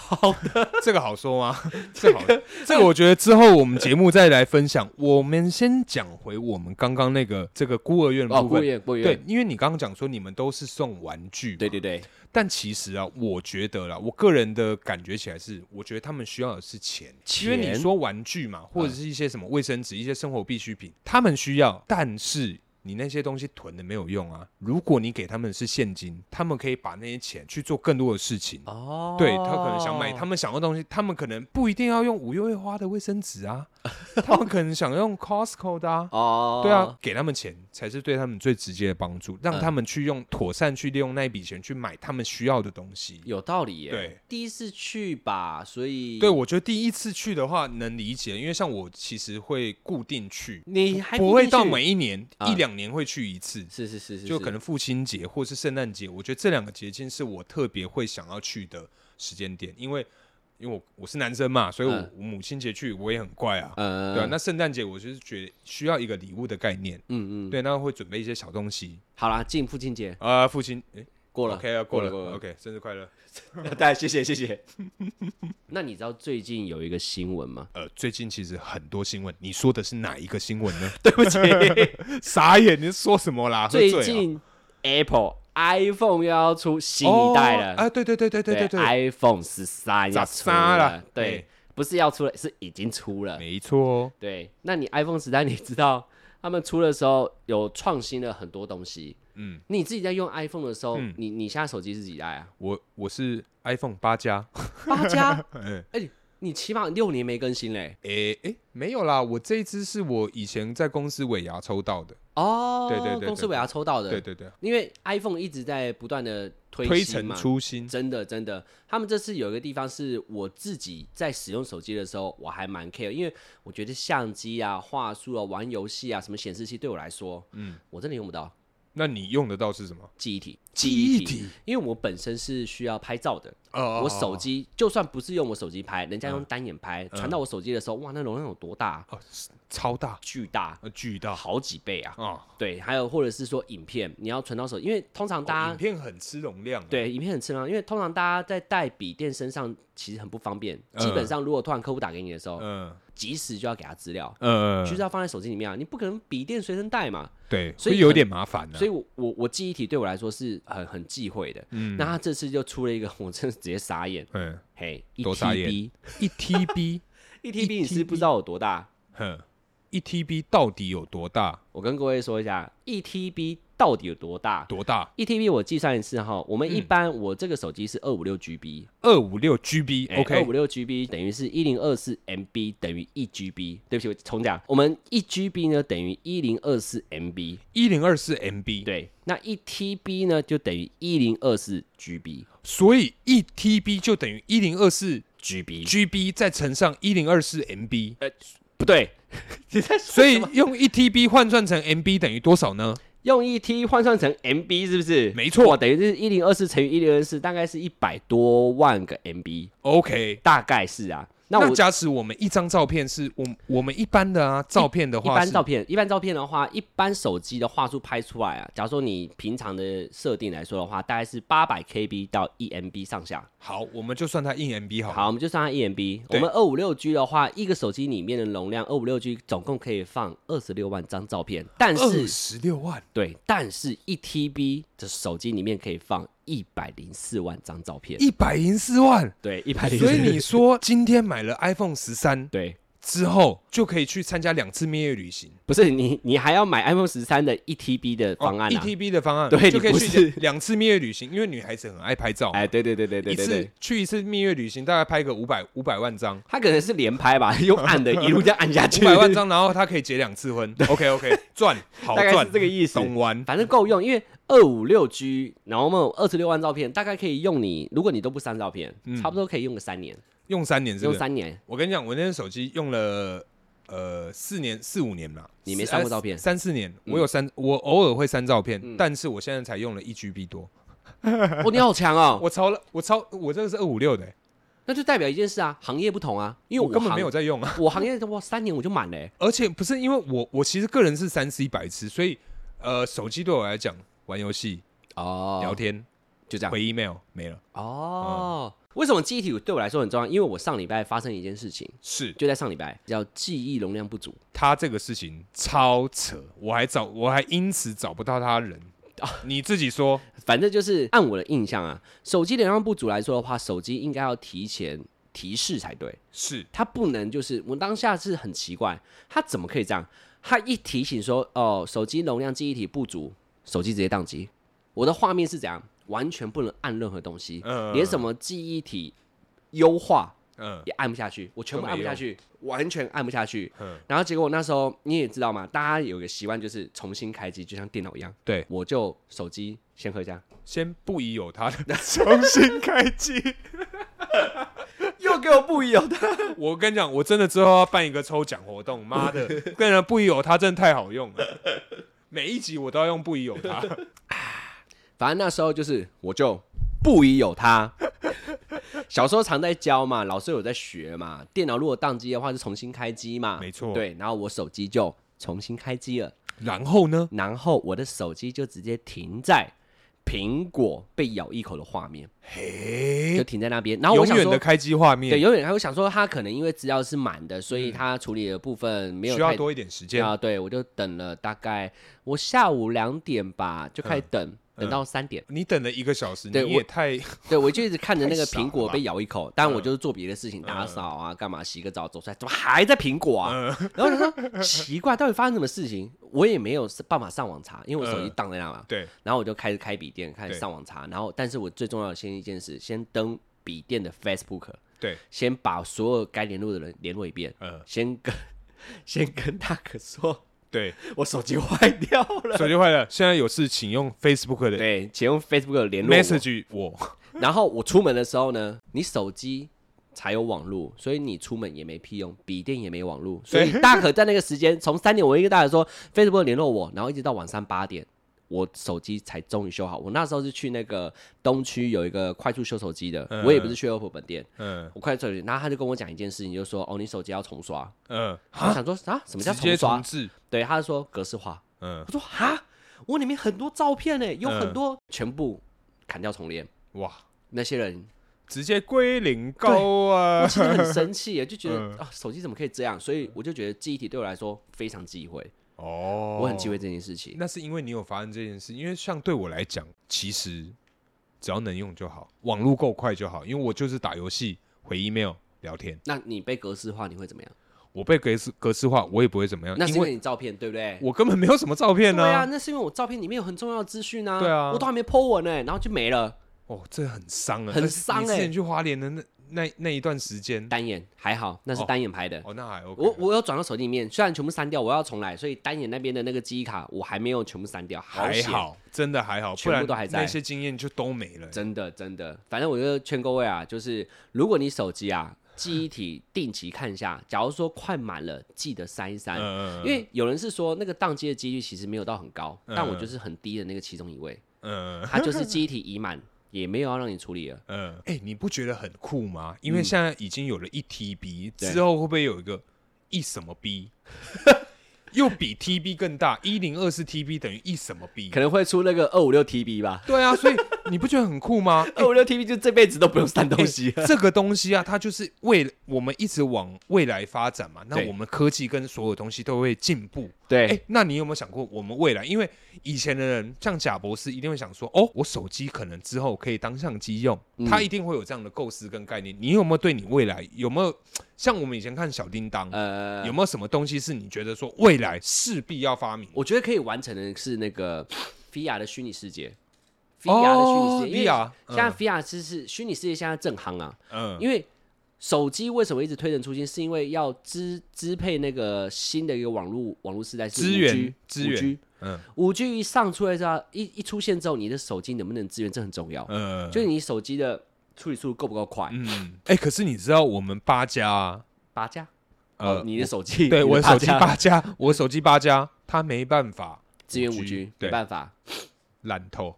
这个好说 吗？这个好，这个我觉得之后我们节目再来分享。我们先讲回我们刚刚那个这个孤儿院的哦，部过分。月过月，对，因为你刚刚讲说你们都是送玩具嘛，对对对，但其实啊，我觉得啦，我个人的感觉起来是，我觉得他们需要的是钱，嗯因为钱你说玩具嘛，或者是一些什么卫生纸、一些生活必需品，他们需要，但是。你那些东西囤的没有用啊！如果你给他们是现金，他们可以把那些钱去做更多的事情。哦对他可能想买他们想要的东西，他们可能不一定要用五月花的卫生纸啊，他们可能想用 Costco 的啊。哦，对啊，，给他们钱才是对他们最直接的帮助，让嗯他们去用妥善去利用那一笔钱去买他们需要的东西。有道理耶。对，第一次去吧，所以对，我觉得第一次去的话能理解，因为像我其实会固定去，你还不一会定到去每一年、啊一两年会去一次，是是是是，就是可能父亲节或是圣诞节，我觉得这两个节庆是我特别会想要去的时间点，因为因为我我是男生嘛，所以我、嗯我母亲节去我也很怪啊，呃，对啊。那圣诞节我就是觉得需要一个礼物的概念，嗯嗯，对，那会准备一些小东西好啦，进父亲节啊、父亲，哎、过了 o k 啊，过过了过 了 o k 生日快乐。对，谢谢谢 谢。那你知道最近有一个新闻 吗？呃，最近其实很多新闻，你说的是哪一个新闻 呢？对不起，啊 傻眼，你说什么啦？喝最醉啊近 Apple iPhone 又要出新一代了哦，啊！对对对对对对 iPhone 十三要出13了啦，对哎，不是要出了，是已经出了。没错哦，对，那你 iPhone 十 三，你知道他们出的时候有创新了很多东西。嗯，你自己在用 iPhone 的时候，嗯你你现在手机是几代啊？我我是 iPhone 八加， 八加，哎你起码六年没更新嘞。哎哎，没有啦，我这一支是我以前在公司尾牙抽到的，哦，对对对对公司尾牙抽到的，对对对，因为 iPhone 一直在不断的推推新陈嘛，出新，真的真的，他们这次有一个地方是我自己在使用手机的时候，我还蛮 care，因为我觉得相机啊、话术啊、玩游戏啊、什么显示器对我来说，嗯，我真的用不到那你用得到是什么？记忆体，记忆体，因为我本身是需要拍照的，哦嗯我手机就算不是用我手机拍，人家用单眼拍，传到我手机的时候，哇，那容量有多大？啊哦是超大，巨大，呃巨大好几倍啊！啊！对，还有或者是说影片，你要传到手，因为通常大哦家影片很吃容量，，啊对，影片很吃嘛，因为通常大家在带笔电身上其实很不方便。基本嗯上，如果突然客户打给你的时候，嗯及时就要给他资料，呃就是要放在手机里面啊，你不可能笔电随身带嘛。对，所以会有很点麻烦啊呢所。以我，我我记忆体对我来说是很很忌讳的。那他这次就出了一个， 我真的直接傻眼， 嗯，嘿，一多傻眼 TB，一 TB，一 TB 你是不知道有多大。哼，一 TB 到底有多大？我跟各位说一下，一 TB 到底有多大？多大？一 TB 我计算一次哈，我们一般我这个手机是二五六 GB，二五六 GB，OK，、哎二五六 GB 等于是一零二四 MB 等于一 GB，对不起，我重讲，我们一 GB 呢等于一零二四 MB，一零二四 MB，，对，那一 TB 呢就等于一零二四 GB 所以一 TB 就等于一零二四 GB， GB 再乘上一零二四 MB，呃不对， 你在说所以什么用一 TB 换算成 MB 等于多少呢？用一 T 换算成 MB 是不是？没错哇等于是一零二四乘以一零二四，大概是一百多万个 MB， ，OK。大概是啊。那那我假使我们一张照片是我我们一般的啊，照片的一话般是照片，一般照片的话，一般手机的画素拍出来啊，假如说你平常的设定来说的话，大概是八百 KB 到一 MB 上下。好，我们就算它一 MB 好了。好，我们就算它一 MB。我对们二五六 G 的话，一个手机里面的容量，二五六 G 总共可以放二十六万张照片，但二是十六万，对，但是一 TB 的手机里面可以放一百零四万张照片。一百零四万。对，一百零四。所以你说今天买了 iPhone 十三对。之后，就可以去参加两次蜜月旅行。哦不是你，你还要买 iPhone 十三的一 TB 的方案一啊？ TB 的方案，对就可你以不去是两次蜜月旅行，因为女孩子很爱拍照嘛，哎，对对对对对一对次对，去一次蜜月旅行，大概拍个五百五百万张，他可能是连拍吧，用 按的一路这样按 下去五，百万张，然后她可以结两次婚。OK OK，赚好 大概赚是这个意思。懂玩反正够用，因为二五六 G，然后我们有二十六万照片，大概可以用你，如果你都不删照片，差不多可以用个三年，用三年嗯是不用是？三年。我跟你讲，我那天手机用了呃四年四五年了，你没四删过呃照片嗯三四年，我有删，我偶尔会删照片，但是我现在才用了一 GB 多，哦，你好强哦！ 我超了，我超我这个是二五六的，那就代表一件事啊，行业不同啊，因为我根本行没有，在用啊。我行业哇，三年我就满了欸。而且不是因为我我其实个人是三 C 白痴，所以呃手机对我来讲玩游戏、聊哦，天、就这样。回 email 没了，哦，为什么记忆体对我来说很重要？因为我上礼拜发生一件事情，是就在上礼拜，叫记忆容量不足。他这个事情超扯，我还找我还因此找不到他人。哦你自己说，反正就是按我的印象啊，手机容量不足来说的话，手机应该要提前提示才对，是它不能就是我当下是很奇怪，它怎么可以这样？它一提醒说哦，手机容量记忆体不足，手机直接宕机。我的画面是怎样？完全不能按任何东西，嗯连什么记忆体优化嗯也按不下去，我全部都没按不下用去，完全按不下去。嗯然后结果那时候你也知道嘛，大家有个习惯就是重新开机，就像电脑一样。对，我就手机先喝一下，先不疑有他，重新开 机。又给我不一样的。 我跟你讲，我真的之后要办一个抽奖活动，妈的， 跟人不疑有他真的太好用了。每一集我都要用不疑有他，反正那时候就是我就不疑有他，小时候常在教嘛，老师有在学嘛。电脑如果宕机的话，就重新开机嘛。没错对，然后我手机就重新开机了，然后呢？ 然后我的手机就直接停在苹果被咬一口的画面，嘿就，停在那边。然后我永想远说的，开机画面嗯对，永远还会想说，他可能因为资料是满的，所以他处理的部分没有需太要多一点时间。啊，对我就等了大概我下午两点吧就开嗯始等，等到三点。你等了一个小时，对你我也 太对我就一直看着那个太傻了苹果吧嗯被咬一口，当然我就是做别的事情，打扫啊，干嘛洗个澡走出来，怎么还在苹果啊？嗯然后我就说奇怪，到底发生什么事情？我也没有办法上网查，因为我手机嗯荡在那嘛。对，然后我就开始开笔电，开始对上网查。然后，但是我最重要的先一件事，先登笔电的 Facebook，对，先把所有该联络的人联络一遍，嗯，先跟 先跟大哥说，对，我手机坏掉了。手机坏了，现在有事请用 Facebook 的对，请用 Facebook 联络我。 message 我。然后我出门的时候呢，你手机才有网络，所以你出门也没屁用，笔电也没网络，所以大可在那个时间，从三点我一个大可说 Facebook 联络我，然后一直到晚上八点。我手机才终于修好。我那时候是去那个东区有一个快速修手机的，嗯我也不是去 OPPO 本店，嗯我快速修手机。然后他就跟我讲一件事情，就说：“哦，你手机要重刷。嗯，”我想说啊，什么叫直接刷重？置。对，他就说格式化。嗯我，说哈，我里面很多照片呢，有很嗯多、全部砍掉重练。哇，那 些人直接归零高啊我！其实很生气耶，就觉得啊嗯、手机怎么可以这样？所以我就觉得记忆体对我来说非常忌讳，哦，我很忌讳这件事情。那是因为你有发生这件事，因为像对我来讲，其实只要能用就好，网络够快就好，因为我就是打游戏、回 email、聊天，那你被格式化，你会怎么样？我被格式格式化，我也不会怎么样，那是因因为为你照片对不对？我根本没有什么照片对呃呢、啊，那是因为我照片里面有很重要的资讯啊，对啊我都还没 po 文呢，然后就没了。哦，这很伤啊，很而且伤你欸之前去花莲的那那那一段时间，单眼还好，那是单眼拍的。哦，那还 OK 我我有转到手机里面，虽然全部删掉，我要重来，所以单眼那边的那个记忆卡我还没有全部删掉，还险好，真的还好，全不部然都还在那些经验就都没了。真的真的，反正我就劝各位啊，就是如果你手机啊记忆体定期看一下，假如说快满了，记得删一删。嗯嗯因为有人是说那个宕机的几率其实没有到很高，嗯但我就是很低的那个其中一位，嗯嗯他就是记忆体已满，也没有要让你处理了。嗯，哎、你不觉得很酷吗？因为现在已经有了一 TB，、嗯对之后会不会有一个一什么 B，又比 TB 更大？一零二四 TB 等于一什么 B？可能会出那个二五六 TB 吧，对啊，所以你不觉得很酷 吗？二五六 TB 就这辈子都不用删东西了。这个东西啊，它就是为了我们一直往未来发展嘛。那对我们科技跟所有东西都会进步。哎、对，那你有没有想过我们未来？因为以前的人像贾博士一定会想说，哦，我手机可能之后可以当相机用，嗯他一定会有这样的构思跟概念。你有没有对你未来有没有像我们以前看小叮当，呃，有没有什么东西是你觉得说未来势必要发明？我觉得可以完成的是那个 VR 的虚拟世界，VR 的虚拟世界，因为，VR，现在嗯 VR 其实是虚拟世界现在正行啊，嗯，因为手机为什么一直推陈出新，是因为要支支配那个新的一个网络网络时代是资 5G 源资源 5G 嗯 5G 一上出来之后，一一出现之后，你的手机能不能支援这很重要，嗯，就是你手机的处理速度够不够快。嗯，哎、可是你知道我们八家啊，八加，呃，哦你的手机对， 你我的手机八加八加，我手机八加，它没办法支援 5G 五 G，没对办法，烂 透。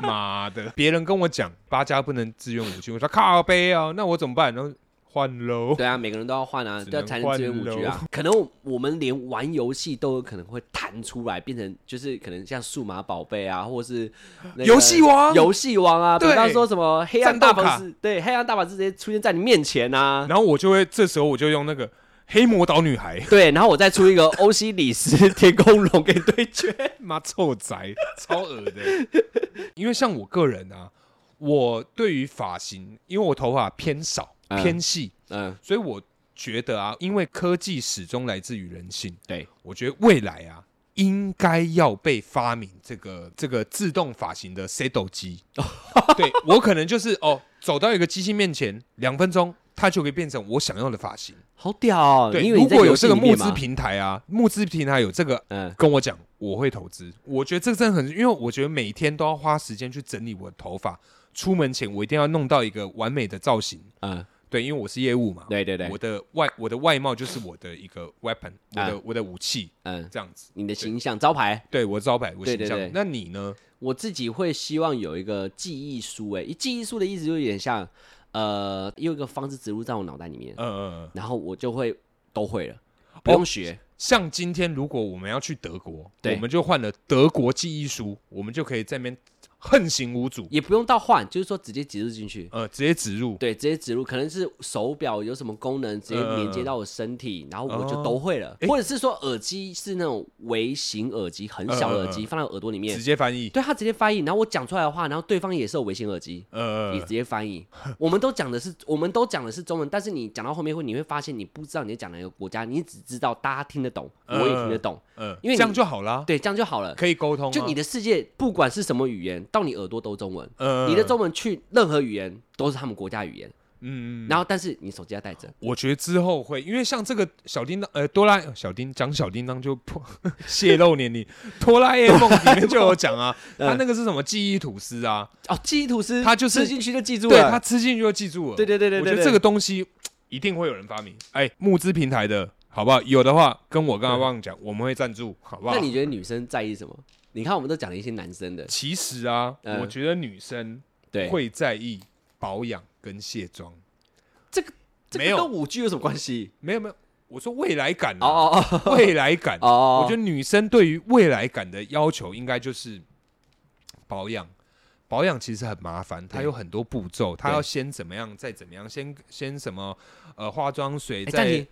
妈的！别人跟我讲八加不能支援五 G，我说靠背啊，那我怎么办？然后换喽。对啊，每个人都要换啊，只对啊，能才能支援五换 G 啊。可能我我们连玩游戏都有可能会弹出来，变成就是可能像数码宝贝啊，或是那个游戏王游戏王啊，比对方说什么黑暗大战斗卡法师，对，黑暗大法师直接出现在你面前啊。然后我就会，这时候我就用那个 黑魔导女 孩，对，然后我再出一 个欧西里斯天空龙给你对决， 妈臭宅，超恶的。因为像我个人啊，我对于发型，因为我头发偏少嗯偏细，嗯，所以我觉得啊，因为科技始终来自于人性，对，我觉得未来啊。应该要被发明这个这个自动发型的 Sedo 机，对我可能就是哦，走到一个机器面前，两分钟它就可以变成我想要的发型。好屌、哦！对，你以为如你在果有游戏这个里募面资吗，平台啊，募资平台有这个嗯，跟我讲，我会投资。我觉得这真的很，因为我觉得每天都要花时间去整理我的头发，出门前我一定要弄到一个完美的造型。嗯，对，因为我是业务嘛，对对对我，的外我的外貌就是我的一个 weapon，我的、啊我的武器嗯，这样子。你的形象招牌，对我的招牌，我的对形对象。对那你呢？哎我自己会希望有一个记忆书、欸，诶，记忆书的意思就有点像，呃，有一个方式植入在我脑袋里面，嗯嗯嗯。然后我就会都会了，不用学。像今天如果我们要去德国，对我们就换了德国记忆书，我们就可以在那边横行无阻，也不用到换，就是说直接植入进去。呃，直接植入。对，直接植入，可能是手表有什么功能，嗯直接连接到我身体，然后我就都会了。哦诶或者是说耳机是那种微型耳机，很小的耳机，嗯嗯放到耳朵里面直，接翻译，对它直接翻译，然后我讲出来的话，然后对方也是有微型耳机，呃也直，接翻译。我们都讲的是，我们都讲的是中文，但是你讲到后面会，你会发现你不知道你在讲哪个国家，你只知道大家听得懂，我嗯也听得懂，呃，因为你这样就好啦，对，这样就好了。可以沟通啊。就你的世界，不管是什么语言，到你耳朵都中文。呃，你的中文去任何语言都是他们国家语言，嗯，嗯，嗯然后但是你手机要带着，我觉得之后会，因为像这个小叮当，呃，哆啦小叮讲小叮当就破 泄露年龄，哆啦 A 梦里面就有讲啊， 嗯他那个是什么记忆吐司啊，哦，记忆吐司，它就是吃进去就记住对了。他吃进去就记住了。啊对对对对对，我觉得对这个东西嘖一定会有人发明，哎，募资平台的好不好？有的话跟我刚刚忘讲，我们会赞助，好不好？那你觉得女生在意什么？你看，我们都讲了一些男生的，其实啊，嗯我觉得女生对，会在意保养跟卸妆，这个没有跟五 G 有什么关系？没有没有，我说未来感哦啊，哦哦未来感哦，哦，我觉得女生对于未来感的要求，应该就是保养。保养其实很麻烦，它有很多步骤，它要先怎么样，再怎么样，先先什么呃化妆水，哎，再暂停，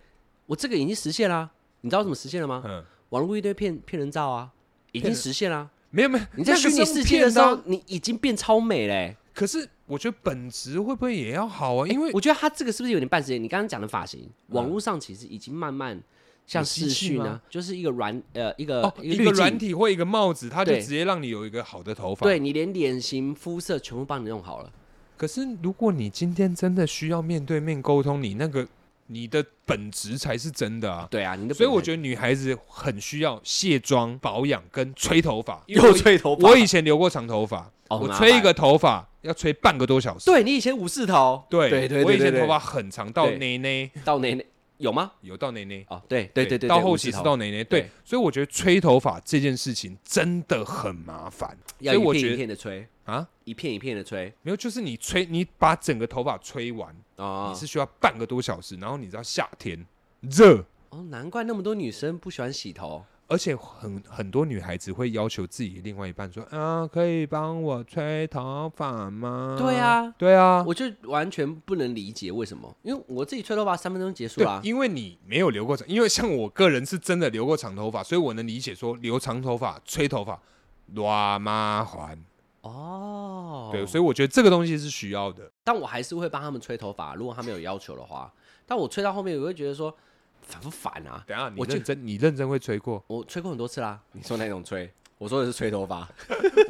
我这个已经实现啦，你知道我怎么实现了吗？嗯，网络一堆骗骗人照啊，已经实现啦。没有没有，你在那个虚拟是用世界的时骗啊候，你已经变超美嘞、可是我觉得本质会不会也要好啊？因为我觉得他这个是不是有点半时间？你刚刚讲的发型，网络上其实已经慢慢像视讯有机器啊吗，就是一个软呃一个、哦，一一个个滤软镜，体或一个帽子，它就对直接让你有一个好的头发。，对你连脸型、肤色全部帮你弄好了。可是如果你今天真的需要面对面沟通，你那个你的本质才是真的啊。对啊，你的所以我得觉得女孩子很需要卸妆、保养跟吹头发。因为又我吹头发，我以前留过长头发，哦我麻吹一烦个头发要吹半个多小时。对你以前五四头，对对对，我以对前对头发很长，到对内内到哪哪有吗？有到内内。哦，对对对对，到对后五期四是头到内内。对对，所以我觉得吹头发这件事情真的很麻烦。要所以一我片觉一得片的吹，啊，一片一片的吹没有，就是你吹，你把整个头发吹完，哦你是需要半个多小时。然后你知道夏天热，哦，难怪那么多女生不喜欢洗头。而且很很多女孩子会要求自己的另外一半说：“啊，可以帮我吹头发吗？”对啊，对啊，我就完全不能理解为什么，因为我自己吹头发三分钟结束对啦，。因为你没有留过长，因为像我个人是真的留过长头发，所以我能理解说留长头发、吹头发多麻烦。哦，对，所以我觉得这个东西是需要的。但我还是会帮他们吹头发，如果他们有要求的话。但我吹到后面，我会觉得说烦不烦啊？等一下你我就认真，你认真会吹过我吹过很多次啦。你说哪种吹？我说的是吹头发。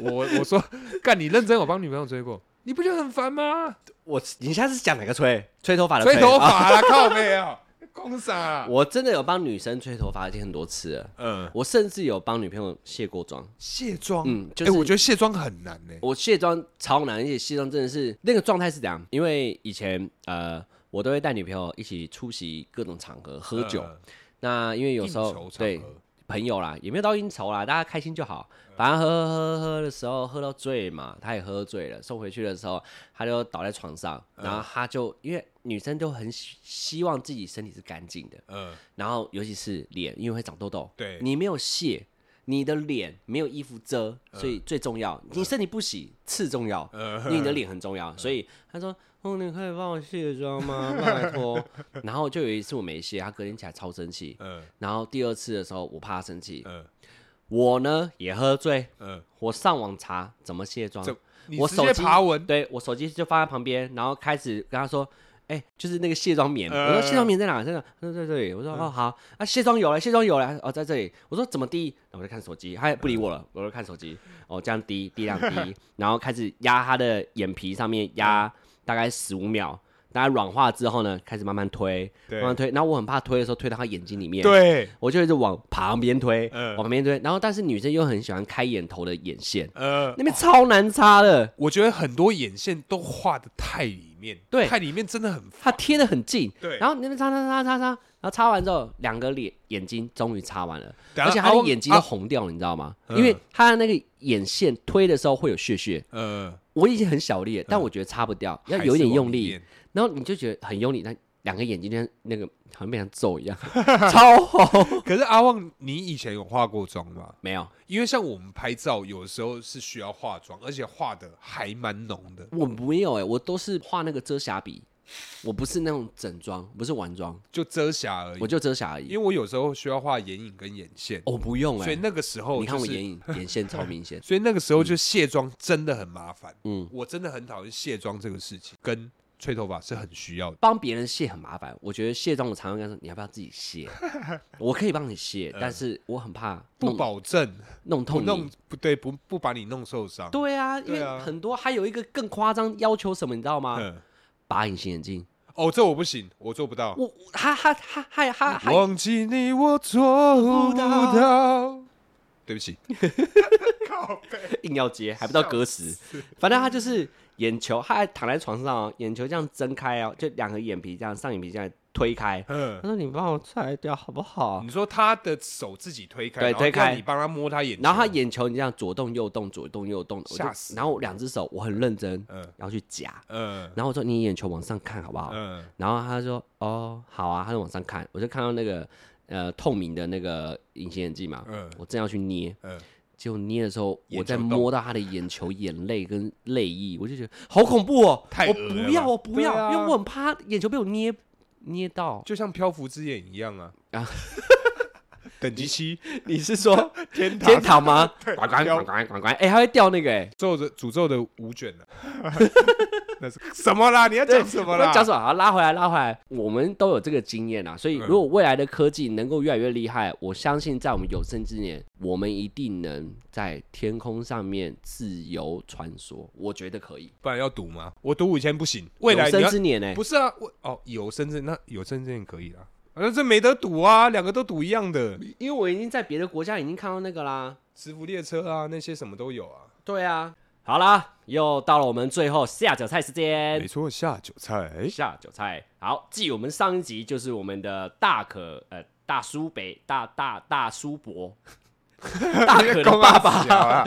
我？我说 干，你认真，我帮女朋友吹过，你不觉得很烦吗？我你现在是讲哪个吹？吹头发的吹头啊发啦，靠背啊，公傻啊。我真的有帮女生吹头发，已经很多次了。嗯，我甚至有帮女朋友卸过妆。卸妆，嗯，哎、就是、我觉得卸妆很难呢、我卸妆超难，而且卸妆真的是那个状态是怎样？因为以前呃，我都会带女朋友一起出席各种场合喝酒。呃那因为有应时候酬场对合朋友啦，也没有到应酬啦，大家开心就好。反正喝喝喝喝的时候喝到醉嘛，他也喝醉了，送回去的时候他就倒在床上，然后他就因为女生都很希希望自己身体是干净的，呃，然后尤其是脸，因为会长痘痘，对你没有卸。你的脸没有衣服遮，所以最重要。你身体不洗次重要，因为你的脸很重要。所以他说：“哦，你可以帮我卸妆吗？拜托。” 然后就有一次我没卸，他隔天起来超生气，呃，然后第二次的时候，我怕他生气，呃，我呢也喝醉，呃，我上网查怎么卸妆这，你啊我直手接机啊爬文，对我手机就放在旁边，然后开始跟他说。哎、就是那个卸妆棉，呃我说卸妆棉在哪？在哪？他说在这里。我说、哦好，啊卸妆油了，卸妆油了，哦在这里。我说怎么滴？然后我就看手机，他也不理我了，我就看手机，哦这样滴滴这样滴， 然后开始压他的眼皮上面压大概十五秒，大概软化之后呢，开始慢慢推，对慢慢推。然后我很怕推的时候推到他眼睛里面，对，我就一直往旁边推，嗯往旁边推。然后，但是女生又很喜欢开眼头的眼线，呃，那边超难擦的，我觉得很多眼线都画的太里面，对太里面真的很它贴的很近。对然后那边擦擦擦擦擦，然后擦完之后，两个脸眼睛终于擦完了，等一下而且她啊的我眼睛都红掉了，你知道吗？嗯因为她的那个眼线推的时候会有血血，呃，我已经很小力了，但我觉得擦不掉，要有一点用力。，然后你就觉得很用力，但两个眼睛就像那个好像被人揍一样， 超红。可是阿旺，你以前有化过妆吗？没有，因为像我们拍照，有时候是需要化妆，而且化的还蛮浓的，我没有哎、我都是画那个遮瑕笔，我不是那种整妆，不是完妆，就遮瑕而已我。就遮瑕而因已。为我有时候需要画眼影跟眼线，我、不用哎、所以那个时候你看就我是眼影眼线超 明显，所以那个时候就卸妆真的很麻烦。嗯，我真的很讨厌卸妆这个事情，跟吹头发是很需要的。帮别人卸很麻烦。我觉得卸妆我常常跟他说，你要不要自己 卸？我可以帮你卸，但是我很怕嗯不弄保证弄不痛你。弄不对，不不把你弄受伤。对啊，因对为啊很多还有一个更夸张要求什么，你知道吗？嗯，拔隐形眼镜。哦，这我不行，我做不到。我他他他还还还忘记你我做不到。对不 起，靠背。硬要接，还不到歌词。反正他就是眼球，他还躺在床上哦，眼球这样睁开哦，就两个眼皮这样上眼皮这样推开。嗯他，说：“你帮我拆掉好不好你说他的手自己推开，对然后推开让你帮他摸他？”眼球，然后他眼球你这样左动右动，左动右动，我就吓死然后我两只手我很认真，嗯然后去夹。嗯然后我说：“你眼球往上看好不好？”嗯然后他说：“哦，好啊。”他就往上看，我就看到那个呃透明的那个隐形眼镜嘛，嗯我正要去捏，嗯，结果捏的时候，眼我在球摸到他的眼球、眼泪跟泪液，我就觉得好恐怖哦！太我恶了不要，吧我不要，对啊因为我很怕眼球被我捏捏到。就像漂浮之眼一样啊啊 等级七你是 说天堂天 堂吗？管管标管管管管！哎，它会掉那个哎，咒的诅咒的五卷呢？ 那是什么啦？你要讲什么我啦？讲什么？好，啊拉回来，拉回来。我们都有这个经验啊，所以嗯如果未来的科技能够越来越厉害，我相信在我们有生之年，我们一定能在天空上面自由穿梭。我觉得可以，不然要赌吗？我赌五千不行，未来有你生要之年呢？欸不是啊？我哦，有生之那有生之年可以啦。啊，那这没得赌啊，两个都赌一样的，因为我已经在别的国家已经看到那个啦。磁浮列车啊，那些什么都有啊。对啊，好啦，又到了我们最后下酒菜时没间。错，下酒菜下酒菜，好，继我们上一集就是我们的大可呃大叔北大大大叔伯， 大可的爸啊爸，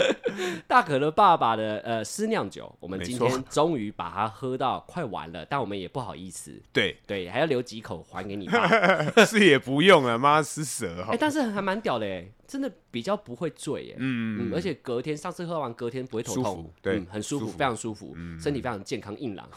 大可的爸爸的呃私酿酒，我们没今错天终于把它喝到快完了，但我们也不好意思， 对，对，还要留几口还给你 爸。是也不用了，妈是蛇啊哈哎、。但是还蛮屌的哎，真的比较不会醉耶。嗯，嗯，而且隔天上次喝完，隔天不会头舒痛，服对嗯，很舒舒服，服嗯非常舒服，身体非常健康硬朗，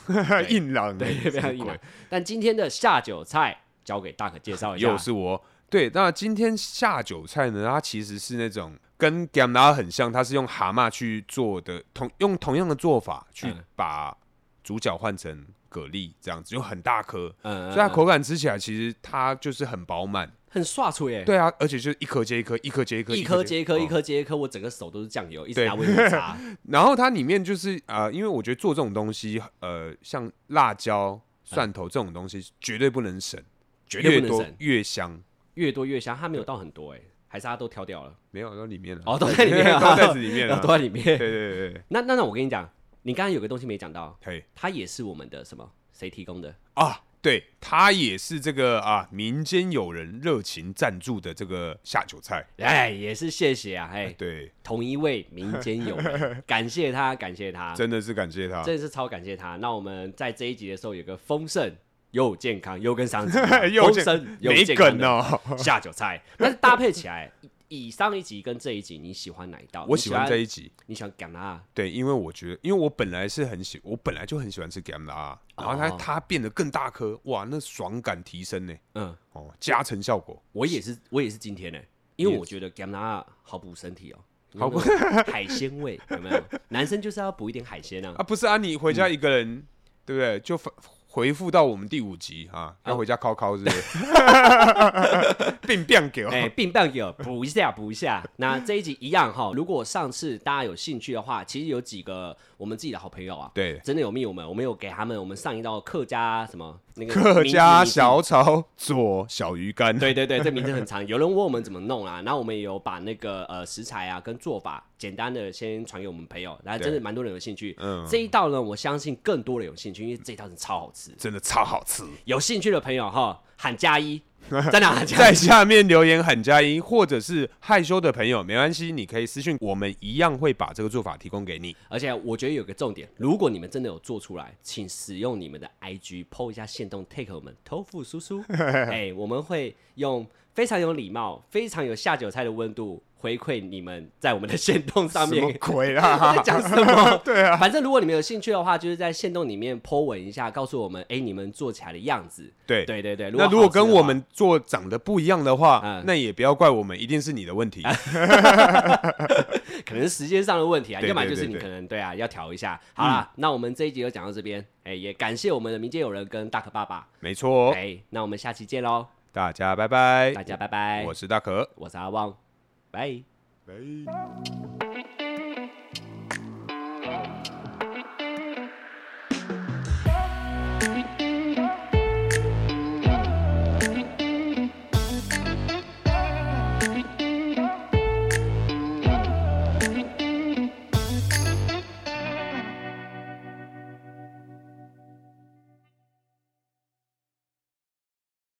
硬朗，对， 非常硬什么朗鬼。但今天的下酒菜交给大可介绍一下，又是我。对，那今天下酒菜呢？它其实是那种跟 g a m n a 很像，它是用蛤蟆去做的，同用同样的做法去嗯把主角换成蛤蜊这样子，就很大颗，所嗯，嗯，以它口感吃起来其实它就是很饱满。很刷出耶，对啊，而且就是一颗接一颗，一颗接一颗，一颗接一颗，一。哦颗接一颗，我整个手都是酱油，一直对拿味精 擦，然后它里面就是呃，因为我觉得做这种东西，呃，像辣椒、蒜头这种东西绝对不能省，绝越对不能多省，越香。越多越香，它没有到很多哎，还是它都挑掉了，没有都里面了， 哦，都在里面啊，都在 里面了，都在里对面。对对对，那那那我跟你讲，你刚刚有个东西没讲到，嘿它也是我们的什么？谁提供的？啊，对，它也是这个啊民间友人热情赞助的这个下酒菜，哎，也是谢谢啊， 哎，对，同一位民间友 人，感谢他，感谢他，真的是感谢他，真的是超感谢他。那我们在这一集的时候有个丰盛又健康又跟上集 又丰见盛又没健康梗的哦， 下酒菜，但是搭配起来，以以上一集跟这一集你喜欢哪一道？ 我你喜喜欢这一集，你喜欢干嘛？对，因为我觉得，因为我本来是很喜，我本来就很喜欢吃 g a m 拉，然后它哦它变得更大颗，哇，那爽感提升呢，嗯，哦，加成效果，我也是，我也是今天呢、因为也我觉得干嘛好补身体哦。好补有没有海鲜 味有没有？男生就是要补一点海鲜啊啊，！不是啊，你回家一个人，对不对？就反回复到我们第五集啊，哦要回家烤烤是不 是？病病给我，哎，并棒有补一下，补一下。那这一集一样哈，如果上次大家有兴趣的话，其实有几个我们自己的好朋友啊，对，真的有密我们，我们有给他们我们上一道客家什么那个客名字家名字小炒做小鱼干，对对对，这名字很长。有人问我们怎么弄啊，然后我们也有把那个呃食材啊跟做法简单的先传给我们朋友，然后真的对蛮多人有兴趣。嗯这一道呢，我相信更多人有兴趣，因为这一道真的超好吃。真的超好吃。 有兴趣的朋友哈，喊加一，在哪？在下面留言喊加一，或者是害羞的朋友，没关系，你可以私信我们，一样会把这个做法提供给你。而且我觉得有个重点，如果你们真的有做出来，请使用你们的 IG PO 一下线动 take 我们偷富叔 叔，哎、我们会用非常有礼貌、非常有下酒菜的温度回馈你们在我们的线动上什么面。鬼啊我啦？ 在讲什么？ 对啊，反正如果你们有兴趣的话，就是在线动里面 Po 文一下，告诉我们，哎、你们做起来的样子。对。对对对，那如如果好吃的跟我话们做长得不一样的话嗯，那也不要怪我们，一定是你的问题。可能是时间上的问题啊，对要么对就是对你对嗯可能对啊要调一下。好啦，那我们这一集就讲到这边，哎、也感谢我们的民间友人跟大可爸爸，没哎、错，哦那我们下期见喽，大家拜拜大。家拜拜，我是大可。我是阿旺，拜。拜。